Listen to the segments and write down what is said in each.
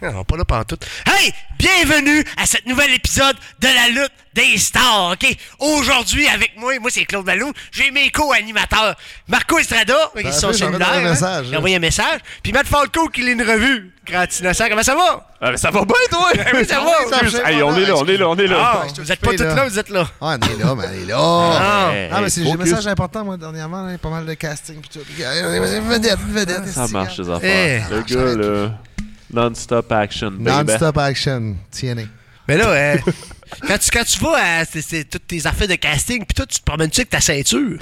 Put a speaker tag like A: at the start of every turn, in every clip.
A: Non, pas là pantoute. Hey! Bienvenue à cet nouvel épisode de la lutte des stars, OK? Aujourd'hui, avec moi, moi c'est Claude Malou, j'ai mes co-animateurs. Marco Estrada, ils sont
B: fait, j'en ai
A: cellulaires.
B: envoyé un
A: hein.
B: message,
A: J'ai
B: là.
A: envoyé un message. Puis Matt Falco, qui lit une revue. Grand innocent, comment ça va?
C: Ah, mais ça va bien, toi?
A: oui, ça va.
C: En plus, hey, on est là, on est là, on est là.
A: Ah, vous êtes pas
B: occupé,
A: toutes
B: là.
A: là, vous êtes là.
B: Ah, on est là, mais elle est là.
A: Ah.
C: Hey,
B: Ah, mais c'est j'ai un
C: focus.
B: message important, moi, dernièrement. là, pas mal de casting. Pis tout. euh, Vedette,
A: Ah,
B: vedette.
C: Ça marche,
B: hein.
C: ces affaires.
A: Hey.
C: Le gars, là. Non-stop action,
A: Ben,
C: baby.
B: Non-stop action. TNA.
A: Mais là, euh, quand, tu, quand tu vas à c'est- c'est toutes tes affaires de casting, puis toi, tu te promènes-tu avec ta ceinture?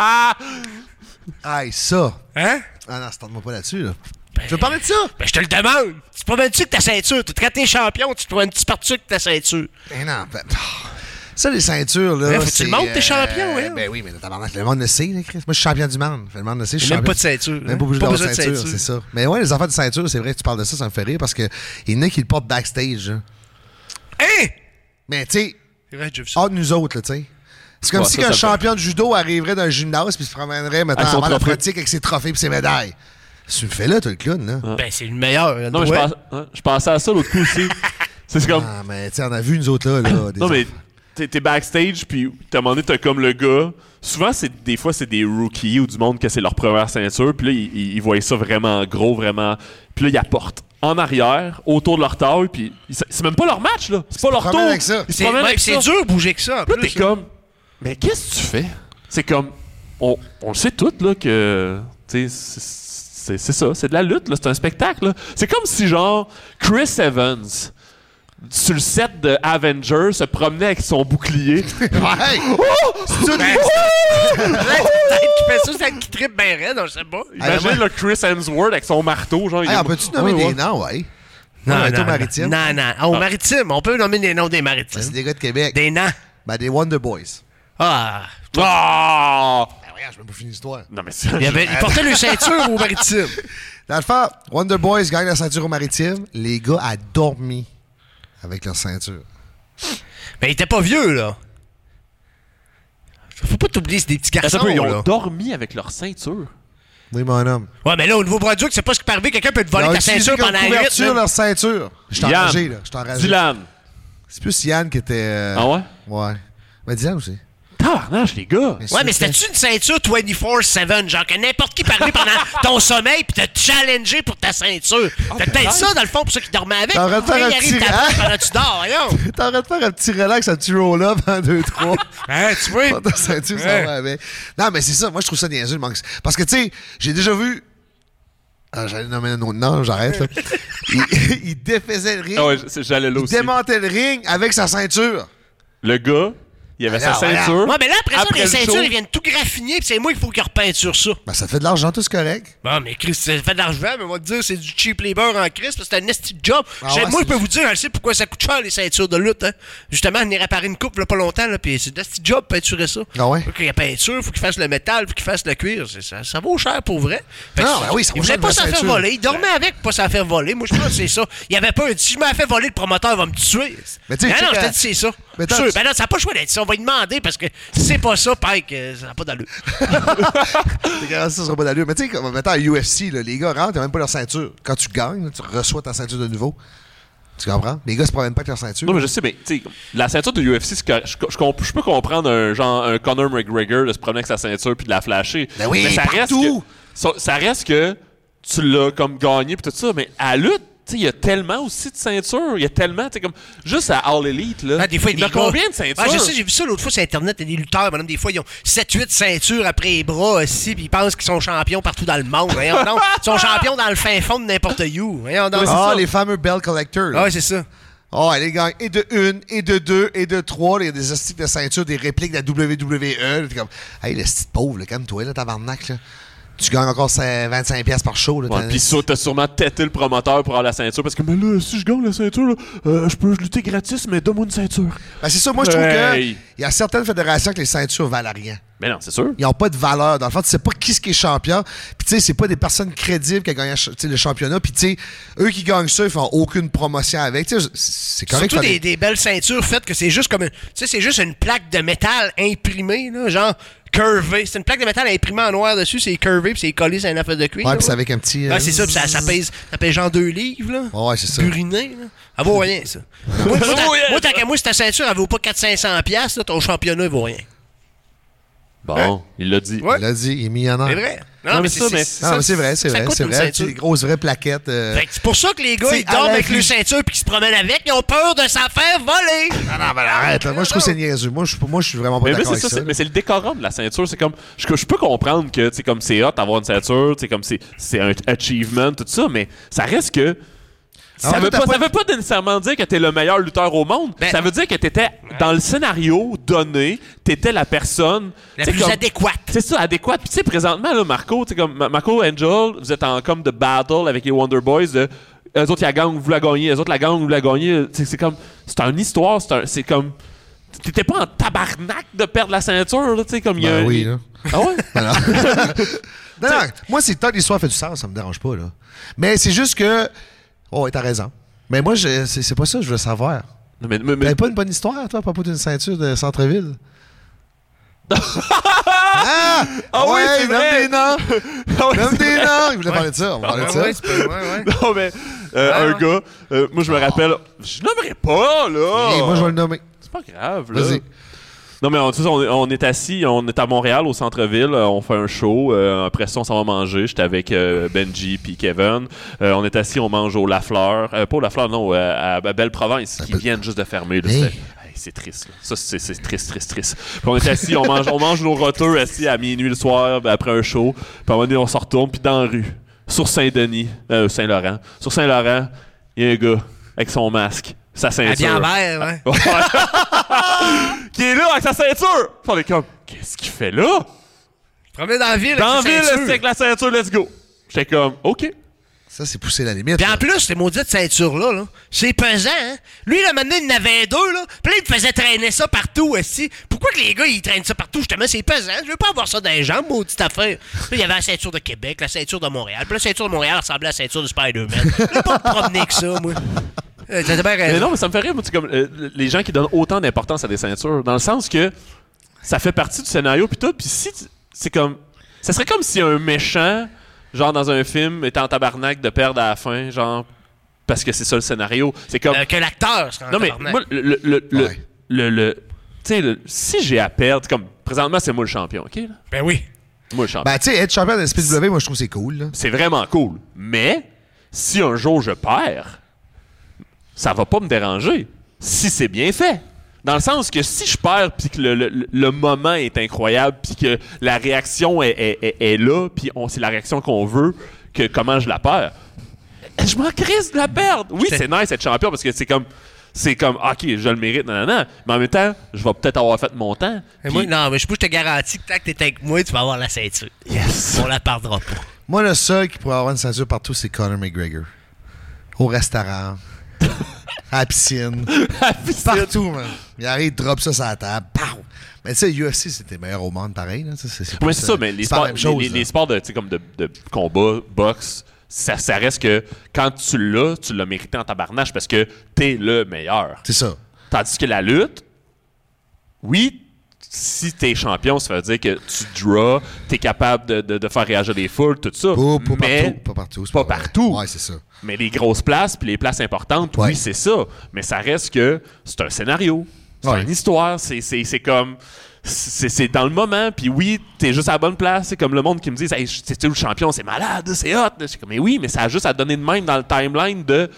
B: Aïe, ça.
A: Hein?
B: Ah non, tente-moi pas là-dessus, là. Tu veux parler de ça?
A: Ben, je te le demande. Tu te promènes-tu avec ta ceinture? Toi, Quand t'es champion, tu te promènes-tu partout avec ta ceinture?
B: Eh non, ben, oh. ça, les ceintures, là.
A: Ouais, Ben, faut que tu
B: c'est,
A: le montres, t'es
B: euh,
A: champion, hein.
B: Ben oui, mais le tabarnak, le monde le sait, là, Chris. Moi, je suis champion du monde. Fait, Le monde le sait, je suis
A: Même
B: champion.
A: pas de ceinture, hein.
B: Même pas obligé
A: Pas
B: d'avoir
A: besoin de
B: ceinture,
A: ceinture.
B: c'est ça. Mais ouais, les affaires de ceinture, c'est vrai que tu parles de ça, ça me fait rire parce qu'il y en a qui le portent backstage. hein.
A: Hein?
B: Mais tu sais,
A: C'est vrai, j'ai vu ça.
B: hors de nous autres, là, tu sais. C'est comme
C: Ouais,
B: si
C: ça,
B: un
C: ça le
B: champion de judo arriverait d'un gymnase puis se promènerait maintenant
C: Avec son
B: avant la
C: trophée.
B: pratique avec ses trophées et ses médailles. Tu me fais là, toi, le clown, là.
A: Ben, c'est le meilleur. là,
C: Non, mais je,
A: ouais.
C: pense- hein, je pensais à ça l'autre coup aussi. c'est comme.
B: Ah, mais tu sais, on a vu, nous autres, là. là des
C: Non, mais t'es t'es backstage, puis t'as un moment donné, t'as comme le gars. Souvent, c'est des fois, c'est des rookies ou du monde que c'est leur première ceinture, puis là, ils- ils, ils voient ça vraiment gros, vraiment. Puis là, ils apportent en arrière, autour de leur taille, puis ils- c'est même pas leur match, là. C'est pas leur tour.
B: promènent avec ça.
C: Ils se
A: C'est
C: promènent
A: ouais,
C: avec
A: puis c'est
C: ça.
A: dur de bouger que ça. en
C: Puis là,
A: plus.
C: t'es comme, mais qu'est-ce que tu fais? C'est comme, on, on le sait tout, là, que, tu sais, c'est- c'est c'est ça, c'est de la lutte, là, c'est un spectacle, là. C'est comme si, genre, Chris Evans, sur le set de Avengers, se promenait avec son bouclier. Oh!
B: Ouais! C'est tout-
A: Ben, Peut-être qu'il fait ça, c'est un qui tripe bien raide, on le sait pas.
B: ouais.
C: Imagine le Chris Hemsworth avec son marteau, genre. il
B: Hey,
C: est-
B: on peut-tu nommer
C: Ouais,
B: des
C: ouais.
B: noms, ouais?
A: Non, non,
B: Ouais, mais
A: non.
B: au maritime.
A: Non, non. Ah, Au maritime, on peut nommer les noms des
B: Ben, C'est
A: maritimes.
B: des gars de Québec.
A: Des noms.
B: Ben, des Wonder Boys.
A: Ah.
C: Ah!
B: Ben, regarde, je même pas fini l'histoire.
C: Non, mais c'est.
A: Il y avait- Ils portaient leur ceinture au maritime.
B: Dans le fond, Wonder Boys gagne la ceinture au maritime. Les gars a dormi avec leur ceinture.
A: Ben, ils étaient pas vieux, là. Faut pas t'oublier, c'est des petits garçons.
C: Attends un peu, ils ont
A: là.
C: dormi avec leur ceinture.
B: Oui, mon homme.
A: Ouais, mais là, au Nouveau-Brunswick, c'est pas ce qui peut arriver. Quelqu'un peut te voler
B: Ils ont
A: ta
B: utilisé
A: ceinture
B: comme
A: pendant la lutte.
B: couverture
A: là.
B: leur ceinture. Je suis
C: Yann.
B: enragé, là. Ah, Je suis enragé.
C: Dylan.
B: C'est plus Yann qui était. euh,
C: Ah ouais?
B: Ouais. Ben, Dylan aussi.
C: Tabarnage, les gars!
A: Ouais, mais c'était-tu une ceinture 24-7, genre que n'importe qui parlait pendant ton sommeil puis te challenger pour ta ceinture? T'as peut-être ça, dans le fond, pour ceux qui dormaient avec.
B: T'as envie de faire
A: Hey,
B: un
A: il arrive
B: petit
A: ta
B: rang.
A: place pendant que tu dors, voyons.
B: T'es en train de faire un petit relax, un petit roll-up, un, deux, trois.
A: Hein, tu vois?
B: Pas ta ceinture, ça
A: Ouais.
B: va avec. Non, mais c'est ça. Moi, je trouve ça niaiseux, le manque. Parce que, tu sais, j'ai déjà vu. Ah, j'allais nommer un autre nom, j'arrête, là. il, il défaisait le ring.
C: Ah ouais, c'est- j'allais là
B: il
C: aussi.
B: démontait le ring avec sa ceinture.
C: Le gars, il avait sa
B: Alors, voilà.
C: ceinture.
A: Ouais, mais là, après,
C: Après
A: ça, les
C: le
A: ceintures,
C: show.
A: ils viennent tout graffiner puis c'est moi qu'il faut qu'ils repeintent sur ça.
B: Ben, ça fait de l'argent, tout c'est correct.
A: Bon, mais Chris, ça fait de l'argent, mais on va te dire, c'est du cheap labor en Chris, parce que c'est un nasty job.
B: Ah
A: Je sais- moi,
B: ouais, c'est
A: je peux
B: du-
A: vous dire, je sais pourquoi ça coûte cher, les ceintures de lutte. Hein. Justement, on est réparé une coupe, là, pas longtemps, là, puis c'est nasty job, peinturer ça.
B: Ah ouais?
A: Faut qu'il y ait peinture, faut qu'il fasse le métal, faut qu'il fasse le cuir. C'est- Ça, ça vaut cher pour vrai. Fait que
B: Ah, ben oui, ça
A: Il
B: vaut
A: voulait
B: cher,
A: pas
B: une
A: s'en faire
B: ceinture.
A: voler. Il dormait avec pour pas s'en faire voler. Moi, je pense que c'est ça. Il avait peur. il dit, Si je m'en fais voler, le promoteur va me tuer.
B: Mais tu sais,
A: non,
B: check
A: non, je
B: la-
A: te dis, c'est ça.
B: Mais
A: Je suis
B: attends,
A: sûr.
B: tu-
A: Ben non, ça n'a pas le choix d'être ça. On va lui demander parce que si c'est pas ça, Pike, euh, ça n'a pas d'allure.
B: T'es garanti, ça sera pas d'allure. Mais tu sais, comme maintenant, à UFC, là, les gars rentrent, ils ont même pas leur ceinture. Quand tu gagnes, là, tu reçois ta ceinture de nouveau. Tu comprends? Les gars se promènent pas avec leur ceinture.
C: Non, mais je sais, mais tu sais, la ceinture de UFC, c'est que- je, je comp- je peux comprendre un genre un Conor McGregor de se promener avec sa ceinture puis de la flasher.
B: Ben oui,
C: mais ça reste, que,
B: partout!
C: ça, ça reste que tu l'as comme gagné puis tout ça, mais à la lutte, tu sais, il y a tellement aussi de ceintures. Il y a tellement, tu sais, comme juste à All Elite, là.
A: Ah, des fois,
C: il
A: y
C: y
A: a
C: en a
A: des gars-
C: combien de ceintures?
A: Ah, je sais, j'ai vu ça l'autre fois sur Internet. Il y a des lutteurs, madame, des fois, ils ont 7-8 ceintures après les bras aussi, puis ils pensent qu'ils sont champions partout dans le monde. Voyons donc. Ils sont champions dans le fin fond de n'importe où. Voyons donc.
B: ah, les fameux Bell Collectors. là.
A: Ah, ouais, c'est ça.
B: Oh, elle les gagne et de une, et de deux, et de trois. Il y a des astiques de ceinture, des répliques de la WWE. là, T'es comme, hey, le style pauvre, là, calme-toi, là, tabarnak, là. Tu gagnes encore cin- 25$ piastres par show, là.
C: Ouais,
B: t'as-
C: Ah, Puis ça, t'as sûrement têté le promoteur pour avoir la ceinture parce que, mais là, si je gagne la ceinture, là, euh, je peux lutter gratis, mais donne-moi une ceinture.
B: Ben, c'est ça, moi, je trouve
C: Hey.
B: que il y a certaines fédérations que les ceintures valent à rien.
C: Mais non, c'est sûr.
B: Ils n'ont pas de valeur. Dans le fond, tu sais pas qui ce qui est champion. Puis tu sais, c'est pas des personnes crédibles qui gagnent le championnat. Puis tu sais, eux qui gagnent ça, ils font aucune promotion avec. Tu sais, c'est correct.
A: Surtout
B: qu'on
A: des,
B: est-
A: des belles ceintures faites que c'est juste comme. une- Tu sais, c'est juste une plaque de métal imprimée, là, genre curvée. C'est une plaque de métal imprimée en noir dessus, c'est curvé, puis c'est collé sur un affaire de cuir.
B: Ouais,
A: là,
B: puis c'est avec un petit. euh,
A: Ouais, Ben, c'est ça, puis ça, ça pèse, ça pèse genre deux livres, là.
B: Ouais, c'est ça.
A: Buriné, là. Elle vaut rien, ça. moi, moi,
C: vaut rien,
A: ta- moi, tant
C: ça.
A: qu'à moi, si ta ceinture, elle vaut pas 400-500$, piastres, là, ton championnat, il vaut rien.
C: Bon, il l'a dit.
A: Ouais.
B: Il l'a dit, il est millionnaire.
A: C'est vrai.
C: Non, mais ça, mais-
B: Ah. Non, Ah, mais c'est vrai, c'est
A: ça
B: vrai,
A: coûte
B: c'est
A: une
B: vrai.
A: ceinture.
B: C'est des grosses vraies plaquettes. euh,
A: Fait que c'est pour ça que les gars,
B: T'sais,
A: ils dorment
B: à la
A: avec
B: vie-
A: leur ceinture puis qu'ils se promènent avec, ils ont peur de s'en faire voler.
B: Non, Ah, non, mais arrête. là. Moi, je trouve que c'est niaiseux. Moi, je suis pas- moi, je suis vraiment pas
C: Mais, mais
B: d'accord
C: c'est
B: avec
C: ça,
B: ça.
C: c'est- mais c'est le décorum de la ceinture. C'est comme, je, je peux comprendre que c'est comme c'est hot d'avoir une ceinture, c'est comme c'est c'est un achievement, tout ça, mais ça reste que. Ça,
B: Ah,
C: veut
B: t'as
C: pas,
B: pas-
C: ça veut pas nécessairement dire que t'es le meilleur lutteur au monde.
A: Ben-
C: ça veut dire que t'étais dans le scénario donné, t'étais la personne
A: La
C: t'sais,
A: plus
C: comme-
A: adéquate.
C: C'est ça, adéquate. Puis tu sais, présentement, là, Marco, tu sais, comme Ma- Marco Angel, vous êtes en comme de battle avec les Wonder Boys de eux autres, ils la gang, vous la gagnez, eux autres, la gang, vous la gagnez. Tu sais, C'est comme, c'est une histoire, c'est un- c'est comme, t'étais pas en tabarnak de perdre la ceinture, là, tu sais, comme il y a
B: Ben
C: un-
B: oui, là.
C: Ah ouais?
B: Non, non. Non, non, moi, c'est tant que l'histoire fait du sens, ça me dérange pas, là. Mais c'est juste que. Oh, ouais, t'as raison. Mais moi, je- c'est c'est pas ça que je veux savoir.
C: Non, mais, mais- mais-
B: T'avais pas une bonne histoire, toi, à propos d'une ceinture de centre-ville? ah!
C: Ah oui,
B: ouais,
C: c'est
B: nomme
C: vrai!
B: des noms!
C: Ah ouais,
B: Nomme
C: c'est-
B: des noms! Il voulait parler de ça, on va parler de ça.
C: non, mais, euh, un gars, euh, moi, je me rappelle, je nommerai pas, là!
B: Et moi, je vais le nommer.
C: C'est pas grave, là.
B: Vas-y.
C: Non, mais on, tu sais, on est- on est assis, on est à Montréal, au centre-ville, euh, on fait un show. euh, après ça, on s'en va manger. J'étais avec euh, Benji puis Kevin. Euh, on est assis, on mange au La Fleur. Euh, pas au La Fleur, non, euh, à, à Belle Province, qui viennent juste de fermer. là.
B: Hey.
C: C'était- hey, c'est triste. là. Ça, c'est c'est triste, triste, triste. Puis on est assis, on mange, on mange nos roteux assis à minuit le soir, ben, après un show. Puis à un moment donné, on se retourne, puis dans la rue, sur Saint-Denis, euh, Saint-Laurent, sur Saint-Laurent, il y a un gars avec son masque, sa ceinture.
A: Elle vient en vert, hein. ouais.
C: Ouais. qui est là avec sa ceinture. Puis on est comme, qu'est-ce qu'il fait là?
A: Promène dans la ville.
C: Dans la
A: avec
C: ville,
A: sa ceinture.
C: c'est avec la ceinture, let's go. J'étais comme, OK.
B: Ça, c'est pousser la limite.
A: Puis en
B: là.
A: plus, ces maudites ceintures-là, là, c'est pesant, hein? Lui, là, maintenant, il en avait deux, là. Puis là, il faisait traîner ça partout, aussi. Pourquoi que les gars, ils traînent ça partout? Justement, c'est pesant. Je veux pas avoir ça dans les jambes, maudite affaire. Là, il y avait la ceinture de Québec, la ceinture de Montréal. Puis la ceinture de Montréal ressemblait à la ceinture de Spider-Man. Je veux pas me promener que ça, moi. Euh, T'as bien
C: Mais
A: raison.
C: non, mais ça me fait rire, moi, tu sais, comme, euh, les gens qui donnent autant d'importance à des ceintures, dans le sens que ça fait partie du scénario, puis tout. Puis si, tu- c'est comme, ça serait comme si un méchant, genre dans un film, était en tabarnak de perdre à la fin, genre, parce que c'est ça le scénario. C'est comme,
A: Euh, que l'acteur sera en
C: Non, mais
A: tabarnak.
C: moi, le. le, le, le-
B: Ouais.
C: le- le- tu sais, le- si j'ai à perdre, comme présentement, c'est moi le champion, OK? là?
A: Ben oui.
C: Moi le champion.
B: Ben, tu sais, être champion de la SPW, moi, je trouve que c'est cool, là.
C: c'est vraiment cool. Mais si un jour je perds, ça va pas me déranger si c'est bien fait. Dans le sens que si je perds, puis que le, le- le moment est incroyable, puis que la réaction est, est- est- est là, puis on- c'est la réaction qu'on veut, que comment je la perds, je m'en crise de la perdre. Oui, c'est nice être champion parce que c'est comme, c'est comme, ok, je le mérite, non, non, non. Mais en même temps, je vais peut-être avoir fait mon temps.
A: Mais moi,
C: puis-
A: non, mais je peux, je te garantis que tant que t'es avec moi, tu vas avoir la ceinture.
C: yes.
A: On la perdra pas.
B: Moi, le seul qui pourrait avoir une ceinture partout, c'est Conor McGregor. Au restaurant, à la piscine, partout, man. Il arrive, drop ça sur la table, pow! Mais tu sais, UFC, c'était meilleur au monde, pareil. Là. Ça, c'est- c'est
C: Oui,
B: pas
C: c'est ça, mais les
B: c'est pas
C: sports,
B: la même chose,
C: les, les
B: là.
C: sports de, tu sais, comme de, de combat, boxe, ça, ça reste que quand tu l'as, tu l'as mérité en tabarnache parce que t'es le meilleur.
B: C'est ça.
C: Tandis que la lutte, oui, si t'es champion, ça veut dire que tu draws, t'es capable de, de- de faire réagir les foules, tout ça.
B: Pas, pas
C: mais,
B: partout. Pas partout. c'est
C: pas
B: vrai.
C: partout.
B: Ouais, c'est ça.
C: mais les grosses places, puis les places importantes,
B: Ouais.
C: oui, c'est ça. Mais ça reste que c'est un scénario, c'est
B: Ouais.
C: une histoire, c'est- c'est c'est comme. C'est c'est dans le moment, puis oui, t'es juste à la bonne place. C'est comme le monde qui me dit hey, T'es où le champion C'est malade, c'est hot. Je suis comme, mais oui, mais ça a juste à donner de même dans le timeline de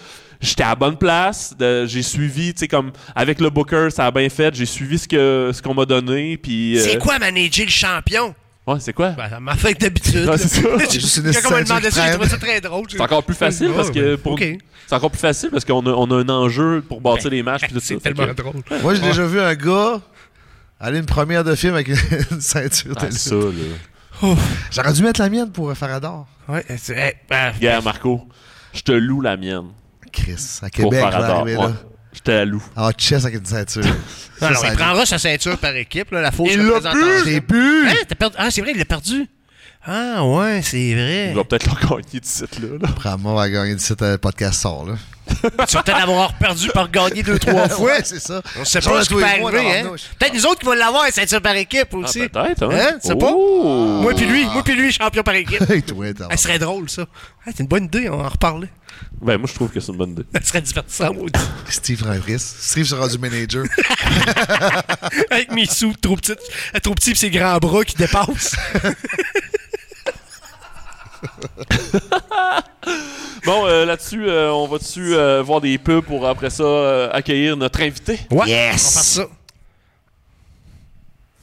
C: j'étais à la bonne place, de- j'ai suivi, tu sais, comme avec le Booker, ça a bien fait, j'ai suivi ce que ce qu'on m'a donné, puis. euh,
A: C'est quoi manager le champion?
C: Ouais, c'est quoi
A: Ben, ça m'a fait d'habitude.
C: Ouais, c'est ça.
B: C'est juste une
A: Quand on m'a
B: ceinture
A: demandé
B: qui
A: ça, j'ai
B: traîne.
A: trouvé ça très drôle.
C: C'est encore plus facile parce que pour-
A: Ok.
C: c'est encore plus facile parce qu'on a, on a un enjeu pour bâtir les matchs puis tout ça.
A: Ben, C'est
C: Fait
A: tellement
C: que-
A: drôle.
B: Moi, j'ai déjà vu un gars aller une première de film avec une ceinture.
C: Ah,
B: de-
C: ça, là.
B: J'aurais dû mettre la mienne pour euh, Farador.
A: Ouais, c'est- eh, ben,
C: Gars, Marco, je te loue la mienne
B: Chris, à
C: pour
B: Québec, je vais
C: Farador.
B: arriver
C: Ouais.
B: là.
C: J'étais à loup.
B: Ah, chess avec une ceinture. Ça,
A: Alors,
B: ça
A: il
B: allait.
A: prendra sa ceinture par équipe, là, la fausse
C: Il l'a
A: représentante.
C: bu!
B: Je l'ai bu!
A: Hein, t'as perdu- Ah, c'est vrai, il l'a perdu. Ah, ouais, c'est vrai.
C: Il va peut-être le gagner de site, là. là.
B: Bravo à gagner d'ici le podcast sort, là.
A: Tu vas peut-être l'avoir perdu par gagner deux, trois fois.
B: ouais, c'est ça.
A: Ah On sait pas ce qui peut arriver, hein. Peut-être nous autres qui vont l'avoir, la ceinture par équipe
C: Ah,
A: aussi.
C: peut-être, hein?
A: Hein? C'est pas?
C: Oh!
A: Moi puis lui, moi puis lui, champion par équipe.
B: Hey, toi, t'as-
A: Ah, Ce serait drôle, ça. Ah, c'est une bonne idée, on va en reparler.
C: Ben, moi, je trouve que c'est une bonne idée.
A: Ça serait divertissant, maudit.
B: Steve Randris. Steve sera du manager.
A: Avec mes sous trop petites, euh, trop petits pis ses grands bras qui dépassent.
C: Bon, euh, là-dessus, euh, on va-tu euh, voir des pubs pour après ça euh, accueillir notre invité?
A: Ouais. On va faire
B: Yes!
A: ça.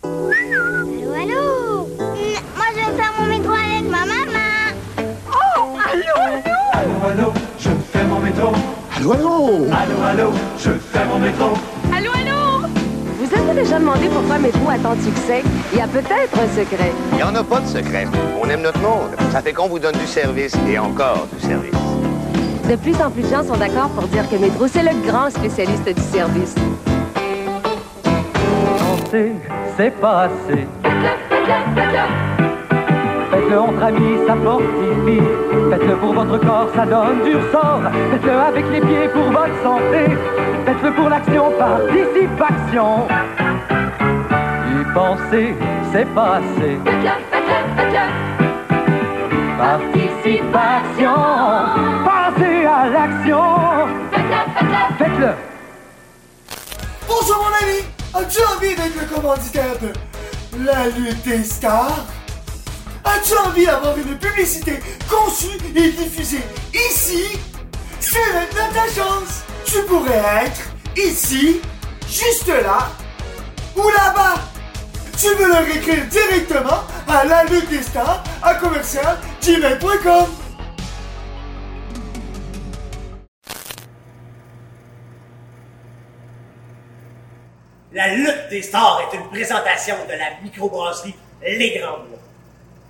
D: Allô, allô Mm, Moi, je vais faire mon métro avec ma maman. Oh, allô, allô
E: Allô, allô, je fais mon métro. Allô, allô Allô, allô, je fais mon métro.
F: Allô, allô Vous avez déjà demandé pourquoi mes trous à tant de succès Il y a peut-être un secret.
G: Il n'y en a pas de secret. On aime notre monde. Ça fait qu'on vous donne du service et encore du service.
F: De plus en plus de gens sont d'accord pour dire que Métro, c'est le grand spécialiste du service.
E: Danser, c'est pas assez. Faites-le entre amis, ça fortifie. Faites-le pour votre corps, ça donne du ressort. Faites-le avec les pieds pour votre santé. Faites-le pour l'action, par dissipation. Y penser, c'est pas assez. Participation. Passez à l'action. Faites-le.
H: Bonjour mon ami, as-tu envie d'être le commanditaire de La Lutte des Stars? As-tu envie d'avoir une publicité conçue et diffusée ici? C'est maintenant ta chance! Tu pourrais être ici, juste là, ou là-bas! Tu veux leur écrire directement à La Lutte des Stars à commercial gmail.com.
I: La lutte des stars est une présentation de la microbrasserie Les Grandes.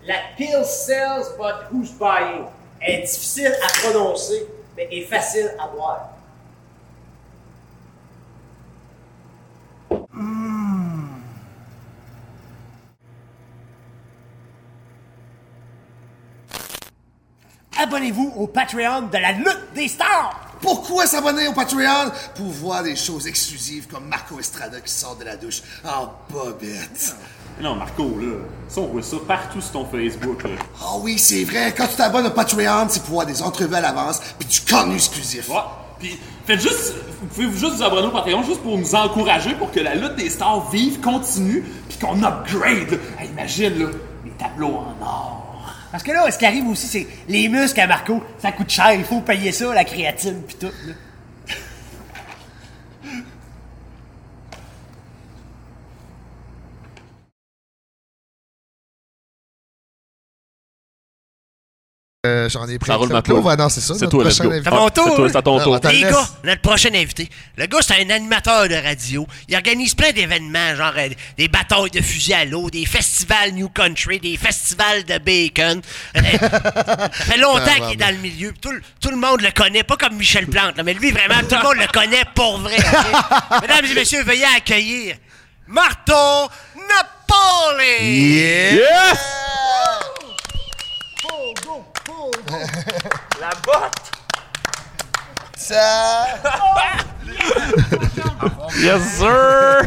I: La pill sells but who's buying est difficile à prononcer, mais est facile à boire. Hmm. Abonnez-vous au Patreon de la lutte des stars!
H: Pourquoi s'abonner au Patreon? Pour voir des choses exclusives comme Marco Estrada qui sort de la douche en bobette.
J: Non, Marco, là, ça, on voit ça partout sur ton Facebook, là.
H: Ah oui, c'est vrai, quand tu t'abonnes au Patreon, c'est pour voir des entrevues à l'avance puis du contenu exclusif.
J: Ouais. Puis, faites juste, vous pouvez juste vous abonner au Patreon juste pour nous encourager pour que la lutte des stars vive, continue, puis qu'on upgrade. Hey, imagine, là, les tableaux en or.
I: Parce que là, ce qui arrive aussi, c'est les muscles à Marco, ça coûte cher, il faut payer ça, la créatine pis tout. là.
B: Euh, J'en ai pris.
C: Ça roule
B: un
C: ma
B: clou.
C: poule.
B: Ouais, non, c'est ça.
C: C'est
B: notre
C: toi, let's
B: prochain
C: go.
B: invité.
A: À mon
C: Ouais,
A: tour.
C: c'est toi, c'est à ton
B: Ah,
C: tour.
B: attends.
A: Les
B: Laisse.
A: gars, notre prochain invité. Le gars, c'est un animateur de radio. Il organise plein d'événements, genre euh, des batailles de fusils à l'eau, des festivals New Country, des festivals de bacon. Euh, Ça fait longtemps qu'il est dans le milieu. Tout, le- tout le monde le connaît, pas comme Michel Plante, là, mais lui, vraiment, tout le monde le connaît pour vrai. ok? Mesdames et messieurs, veuillez accueillir Martin Napoli!
C: Yes!
B: Ça-
C: Yes, sir!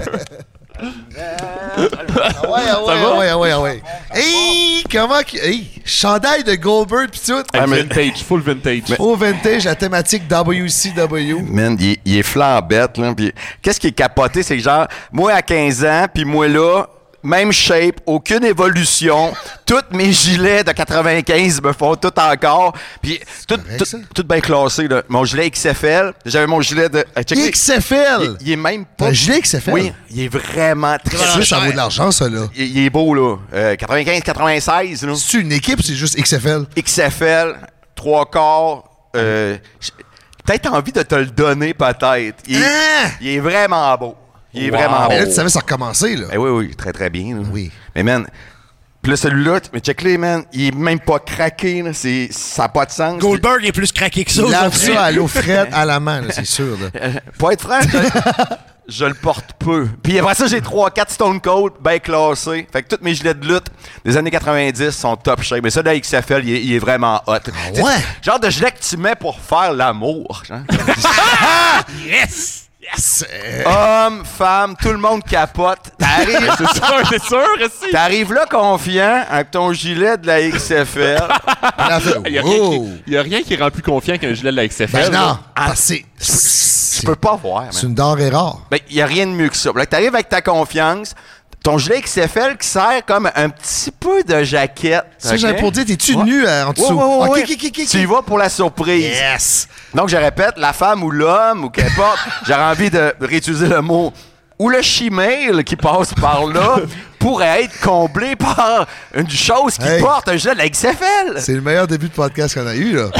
B: Ah ouais, ah ouais,
C: va?
B: ah ouais, ah ouais, ah ouais. Hey, comment que. Hey, chandail de Goldberg pis tout.
C: Hey, vintage, full vintage.
B: Au vintage, la thématique WCW.
K: Man, il, est- il est flambette, là. Puis, qu'est-ce qui est capoté, c'est que genre, moi à 15 ans, puis moi là, même shape, aucune évolution. Toutes mes gilets de 95 me font tout encore. Puis, tout,
B: correct,
K: tout,
B: ça.
K: tout bien classé, là. Mon gilet XFL, j'avais mon gilet de. euh, check-
B: XFL!
K: il, il est même
B: T'as
K: pas.
B: un gilet XFL?
K: Oui, il est vraiment très.
A: Voilà.
B: Ça, ça vaut de l'argent, ça, là.
K: Il, il est beau, là. 95-96, là.
B: C'est une équipe ou c'est juste XFL?
K: XFL, trois quarts. euh, j- Peut-être envie de te le donner, peut-être. Il,
B: Hein?
K: il est vraiment beau. Il est
C: Wow.
K: vraiment
B: Mais là,
K: beau. Eh
B: tu savais, ça recommençait, là.
K: Ben oui, oui, très très bien. là.
B: Oui.
K: Mais man, Puis là, celui-là, t- mais check les man, il est même pas craqué, là. C'est, ça n'a pas de sens.
A: Goldberg est plus craqué que ça.
K: Il lave
A: aujourd'hui.
K: ça à l'eau frette,
B: à la main, là, c'est sûr. là.
K: Euh, Pour être franc, je- je le porte peu. Puis après ça, j'ai 3-4 Stone Cold bien classés. Fait que toutes mes gilets de lutte des années 90 sont top shape. Mais ça, de la XFL, il est, il est vraiment hot. C'est
B: Ah ouais?
K: Genre de gilet que tu mets pour faire l'amour. genre.
A: Yes!
B: Yes! Ah.
K: Homme, femme, tout le monde capote. T'arrives,
C: C'est sûr, c'est sûr, aussi.
K: T'arrives là confiant avec ton gilet de la XFL.
C: Il y a, rien qui, il y a rien qui rend plus confiant qu'un gilet de la XFL.
K: Ben non,
C: là.
B: Ah, c'est.
K: Tu peux pas voir, man.
B: C'est une denrée rare.
K: Ben, il n'y a rien de mieux que ça. Là, t'arrives avec ta confiance, ton gilet XFL qui sert comme un petit peu de jaquette.
B: C'est ça que j'avais
K: ok?
B: pour dire, t'es-tu nu, euh, en dessous?
K: Ouais, ouais, ouais,
B: Ok,
K: ouais.
B: ok, ok, ok.
K: Tu y vas pour la surprise.
B: Yes!
K: Donc, je répète, la femme ou l'homme ou qu'importe, j'aurais envie de réutiliser le mot ou le chimel qui passe par là pourrait être comblé par une chose qui
B: Hey.
K: porte un gilet de la XFL.
B: C'est le meilleur début de podcast qu'on a eu, là.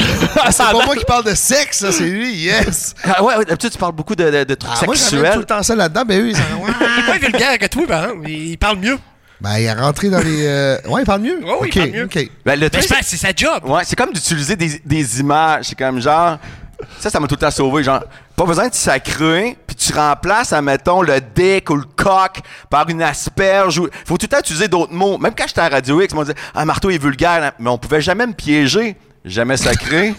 B: c'est pas moi qui parle de sexe, là, c'est lui, yes!
K: Ah ouais, ouais, d'habitude, tu parles beaucoup de, de- de trucs
B: Ah, moi, j'avais tout
K: sexuels.
B: le temps ça là-dedans, ben oui, ça... ouais.
A: Il est moins vulgaire que toi, par exemple. Il parle mieux.
B: Ben, il est rentré dans les... euh, Ouais, il parle mieux?
A: Ouais, oui,
B: Ok,
A: il parle mieux.
B: ok.
K: Ben, le
A: Mais
K: truc,
A: je pense que c'est sa job.
K: Ouais, c'est comme d'utiliser des, des images. C'est comme genre. Ça, ça m'a tout le temps sauvé. Genre, pas besoin de sacrer, puis tu remplaces, admettons, le dick ou le coq par une asperge. Ou... Faut tout le temps utiliser d'autres mots. Même quand j'étais à Radio X, ils m'ont dit Ah, marteau est vulgaire, hein. mais on pouvait jamais me piéger. Jamais sacré.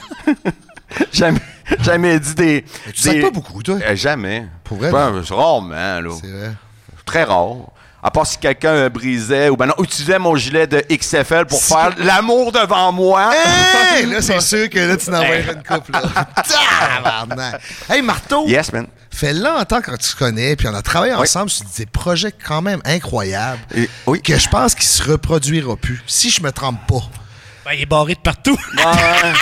K: jamais, jamais dit des.
B: Eh, Tu
K: des-
B: sais pas beaucoup, toi.
K: Euh, jamais.
B: Pour vrai,
K: Ben, c'est rarement, là.
B: C'est vrai.
K: Très rare. À part si quelqu'un euh, brisait ou ben non, utilisait mon gilet de XFL pour faire l'amour devant moi.
B: Hey, Eh, là, c'est sûr que là, tu n'en vas une couple, là. Tabarnak! Hey, Marteau!
K: Yes, man.
B: Fait longtemps que tu connais, puis on a travaillé ensemble sur des projets quand même incroyables
K: Et- oui.
B: que je pense qu'il se reproduira plus, si je me trompe pas.
A: Ben, il est barré de partout.
K: Ouais, ouais.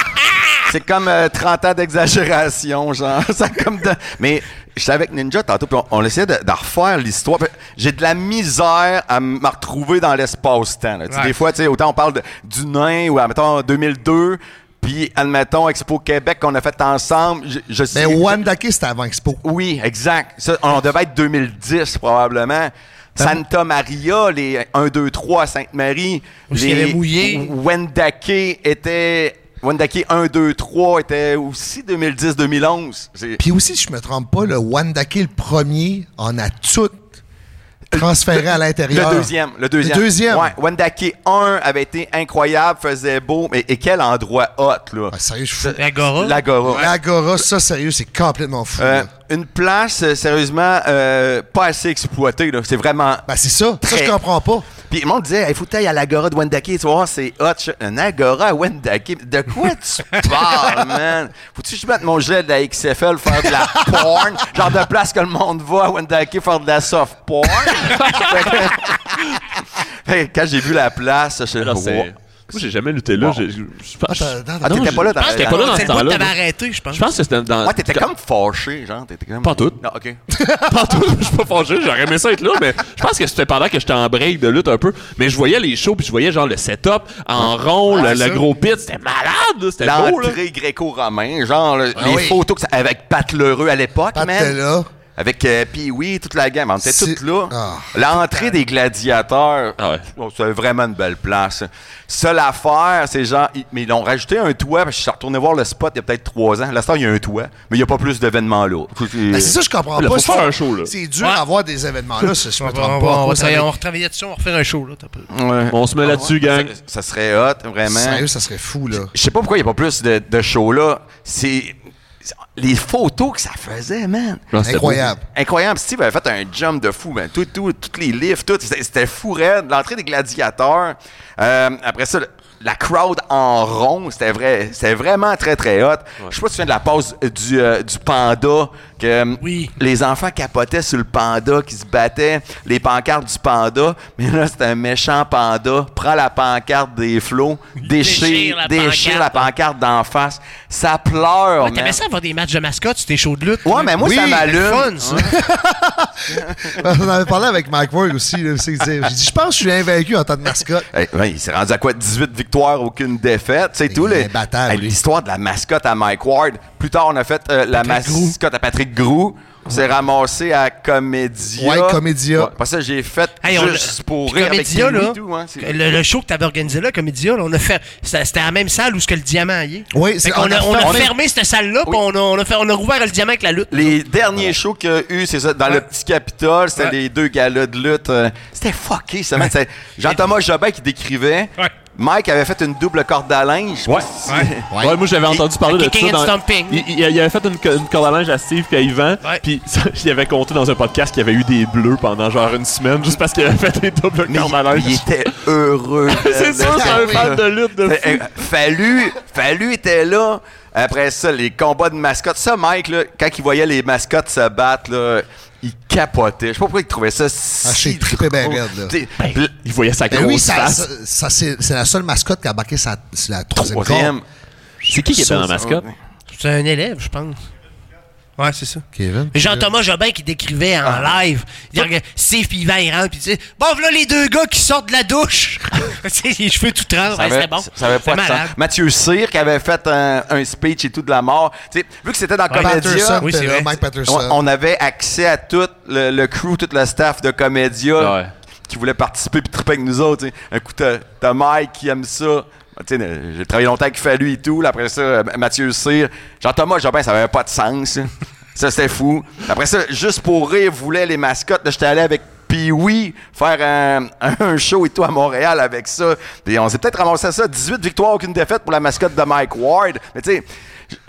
K: C'est comme euh, 30 ans d'exagération, genre. Ça, comme de- Mais j'étais avec Ninja tantôt, puis on, on essayait de, de refaire l'histoire. Puis J'ai de la misère à me retrouver dans l'espace-temps. là. Tu sais,
A: Ouais.
K: Des fois, tu sais, autant on parle de- du nain ou, admettons, 2002, puis, admettons, Expo Québec qu'on a fait ensemble. Je, je
B: Mais
K: sais-
B: Wandake, c'était avant Expo.
K: Oui, exact. Ça, on devait être 2010 probablement. Santa Maria, les 1, 2, 3 à Sainte-Marie.
A: Où est-ce qu'il y avait mouillé?
K: Wendake était. Wendake 1, 2, 3 était aussi 2010-2011. C'est-
B: Puis aussi, si je me trompe pas, le Wandake, le premier, en a tout transféré à
K: Le
B: l'intérieur.
K: deuxième. Le deuxième.
B: Le deuxième.
K: Ouais, Wendake 1 avait été incroyable, faisait beau. Mais et quel endroit hot, là.
B: Ah, sérieux, je suis fou.
A: L'Agora.
K: L'Agora.
B: L'Agora, ça, sérieux, c'est complètement fou.
K: Euh,
B: là.
K: une place, euh, sérieusement, euh, pas assez exploitée. là. C'est vraiment
B: Ben, c'est ça. Ça,
K: très-
B: je comprends pas.
K: Puis le monde disait, il faut que t'ailles à l'agora de Wendake, tu vois, c'est hot. Je- Un agora à Wendake, de quoi tu parles, man? Faut-tu que je mette mon jet de la XFL, faire de la porn? Genre de place que le monde va à Wendake faire de la soft porn? Fait que- Fait que quand j'ai vu la place, je suis
C: Non, c'est- Moi, j'ai jamais lutté là.
K: Bon.
C: j'ai- je- je-
B: Ah, t'as- t'as-
K: Ah, t'étais
C: je-
K: pas là dans-
C: je pense que J'étais pas là dans
A: C'est
C: ce
A: le bout que
C: temps-là.
A: t'avais
C: moi.
A: arrêté, je pense.
C: Je pense que c'était dans.
K: Ouais, t'étais comme fâché, genre, t'étais comme...
C: Pas en tout.
K: Non, OK.
C: Pas en tout, je suis pas fâché, j'aurais aimé ça être là, mais je pense que c'était pendant que j'étais en break de lutte un peu. Mais je voyais les shows, puis je voyais genre le setup en rond, le-
K: Ouais,
C: le,
K: ça.
C: gros pit, c'était malade, là, c'était beau, là.
K: L'entrée gréco-romain, genre là, les
B: Ah oui.
K: photos que ça- avec Pat Lheureux à l'époque,
B: Pat
K: man.
B: était là.
K: Avec euh, Pee-Wee, toute la gamme. On était
B: C'est-
K: toutes là.
B: Ah,
K: L'entrée des gladiateurs,
C: Ah ouais.
K: oh, c'est vraiment une belle place. Seule affaire, c'est genre, ils- mais ils l'ont rajouté un toit, parce que je suis retourné voir le spot il y a peut-être trois ans. La star, il y a un toit, mais il n'y a pas plus d'événements là.
B: Ben, c'est ça, je comprends
C: Là,
B: pas.
C: faut
B: C'est-
C: faire un show, là.
B: C'est dur d'avoir des événements là, si je
A: On
B: me
A: va, on
B: trompe
A: va-
B: pas.
A: on va
B: Moi, ça
A: travailler-
B: avait-
A: on va retravailler dessus, on va refaire un show. Là, t'as peu.
K: Ah Ouais.
C: On se met là-dessus, gang.
K: Ça, ça serait hot, vraiment.
B: Sérieux, ça serait fou, là.
K: Je sais pas pourquoi il n'y a pas plus de, de shows là. C'est c'est- les photos que ça faisait, man.
C: Non, c'était
B: Incroyable.
K: Incroyable. Steve avait fait un jump de fou, man. Tout, tout, toutes les lifts, tout. C'était c'était fou raide. L'entrée des gladiateurs. Euh, après ça, le- la crowd en rond, c'était vrai, c'était vraiment très, très hot. Je sais pas si tu viens de la pause du, euh, du panda, que euh,
A: Oui.
K: les enfants capotaient sur le panda, qui se battaient, les pancartes du panda, mais là, c'était un méchant panda. Prends la pancarte des flots, déchire,
A: Déchire la
K: déchire la pancarte d'en face. Ça pleure,
A: Ouais,
K: man.
A: T'aimais ça avoir des matchs de mascotte sur tes shows de lutte?
K: Ouais, mais moi,
A: Oui,
K: ça m'allume.
A: c'est le fun, ça.
B: On avait parlé avec Mike Ward aussi. là, c'est- c'est- J'ai dit, je pense que je suis invaincu en tant que mascotte.
K: Hey, ouais, il s'est rendu à quoi? 18 victoires, aucune défaite. C'est tout.
B: Il est
K: les-
B: imbattable,
K: Hey,
B: lui.
K: L'histoire de la mascotte à Mike Ward. Plus tard, on a fait euh, la mascotte à Patrick Eric Grou s'est ramassé à Comédia.
B: Ouais, Comédia.
K: Parce que j'ai fait
A: Hey, on
K: juste
A: l'a-
K: pour
A: puis
K: rire avec
A: Comédia,
K: Timmy
A: là,
K: et tout, hein, c'est-
A: le, le show que t'avais organisé là, Comédia, là, on a fait, c'était c'était la même salle où ce que le diamant y est.
K: Oui,
A: c'est
K: c'est-
A: on, a,
K: on
A: on
K: a
A: a
K: fait-
A: fermé cette salle-là, puis on a, on, a fait- on a rouvert le diamant avec la lutte.
K: Les derniers shows qu'il y a eu, c'est ça, dans le petit Capitole, c'était les deux galas de lutte. euh, C'était fucké, ça. man. C'est Jean-Thomas Jobin qui décrivait. Mike avait fait une double corde à linge. je sais pas si-
C: Ouais. moi j'avais entendu parler de
K: Kicking
C: ça.
K: and
C: dans-
K: stomping.
C: Il, il- il avait fait une, co- une corde à linge à Steve et à Yvan. Puis ça, il avait compté dans un podcast qu'il avait eu des bleus pendant genre une semaine juste parce qu'il avait fait des doubles cordes à linge.
K: il était heureux. euh,
C: C'est sûr, c'est un fan de lutte de fou.
K: Fallu, Fallu était là. Après ça, les combats de mascottes. Ça, Mike, là, quand il voyait les mascottes se battre, là, il capotait. Je sais pas pourquoi il trouvait ça si
B: Ah, j'ai trippé bien
K: drôle.
B: raide, là.
K: T'sais, Il voyait sa
B: Ben oui, ça, ça, ça, c'est c'est la seule mascotte qui a embarqué sa, sur la troisième
K: Troisième.
B: corde.
K: C'est qui qui était dans la mascotte?
A: C'est un élève, je pense. Ouais, c'est ça.
B: Kevin.
A: Jean-Thomas Jobin qui décrivait en
K: Ah.
A: live. Il regarde Steve puis Yvan, il rentre, puis tu sais, bon, voilà les deux gars qui sortent de la douche. Tu sais, les cheveux tout tremblent.
K: Ça
A: Ouais,
K: avait-
A: C'était bon.
K: ça avait pas
A: C'était
K: de sens.
A: malade.
K: Mathieu Cyr qui avait fait un, un speech et tout de la mort. Tu sais, vu que c'était dans
B: Ouais. Patterson,
K: Comédia,
B: Oui, c'est là, vrai. Mike Patterson.
K: On, on avait accès à tout le, le crew, tout le staff de Comédia qui voulait participer et triper avec nous autres. tu sais. Un coup, t'as t'as Mike qui aime ça. Ben, Tu sais, J'ai travaillé longtemps avec Fallu et tout. Là, Après ça, euh, Mathieu Cyr. Jean-Thomas Jobin, ça avait pas de sens. là. Ça, c'était fou. Après ça, juste pour rire, voulait les mascottes. Là, J'étais allé avec puis oui, faire un, un show et tout à Montréal avec ça. Puis on s'est peut-être ramassé à ça. 18 victoires, aucune défaite pour la mascotte de Mike Ward. Mais tu sais,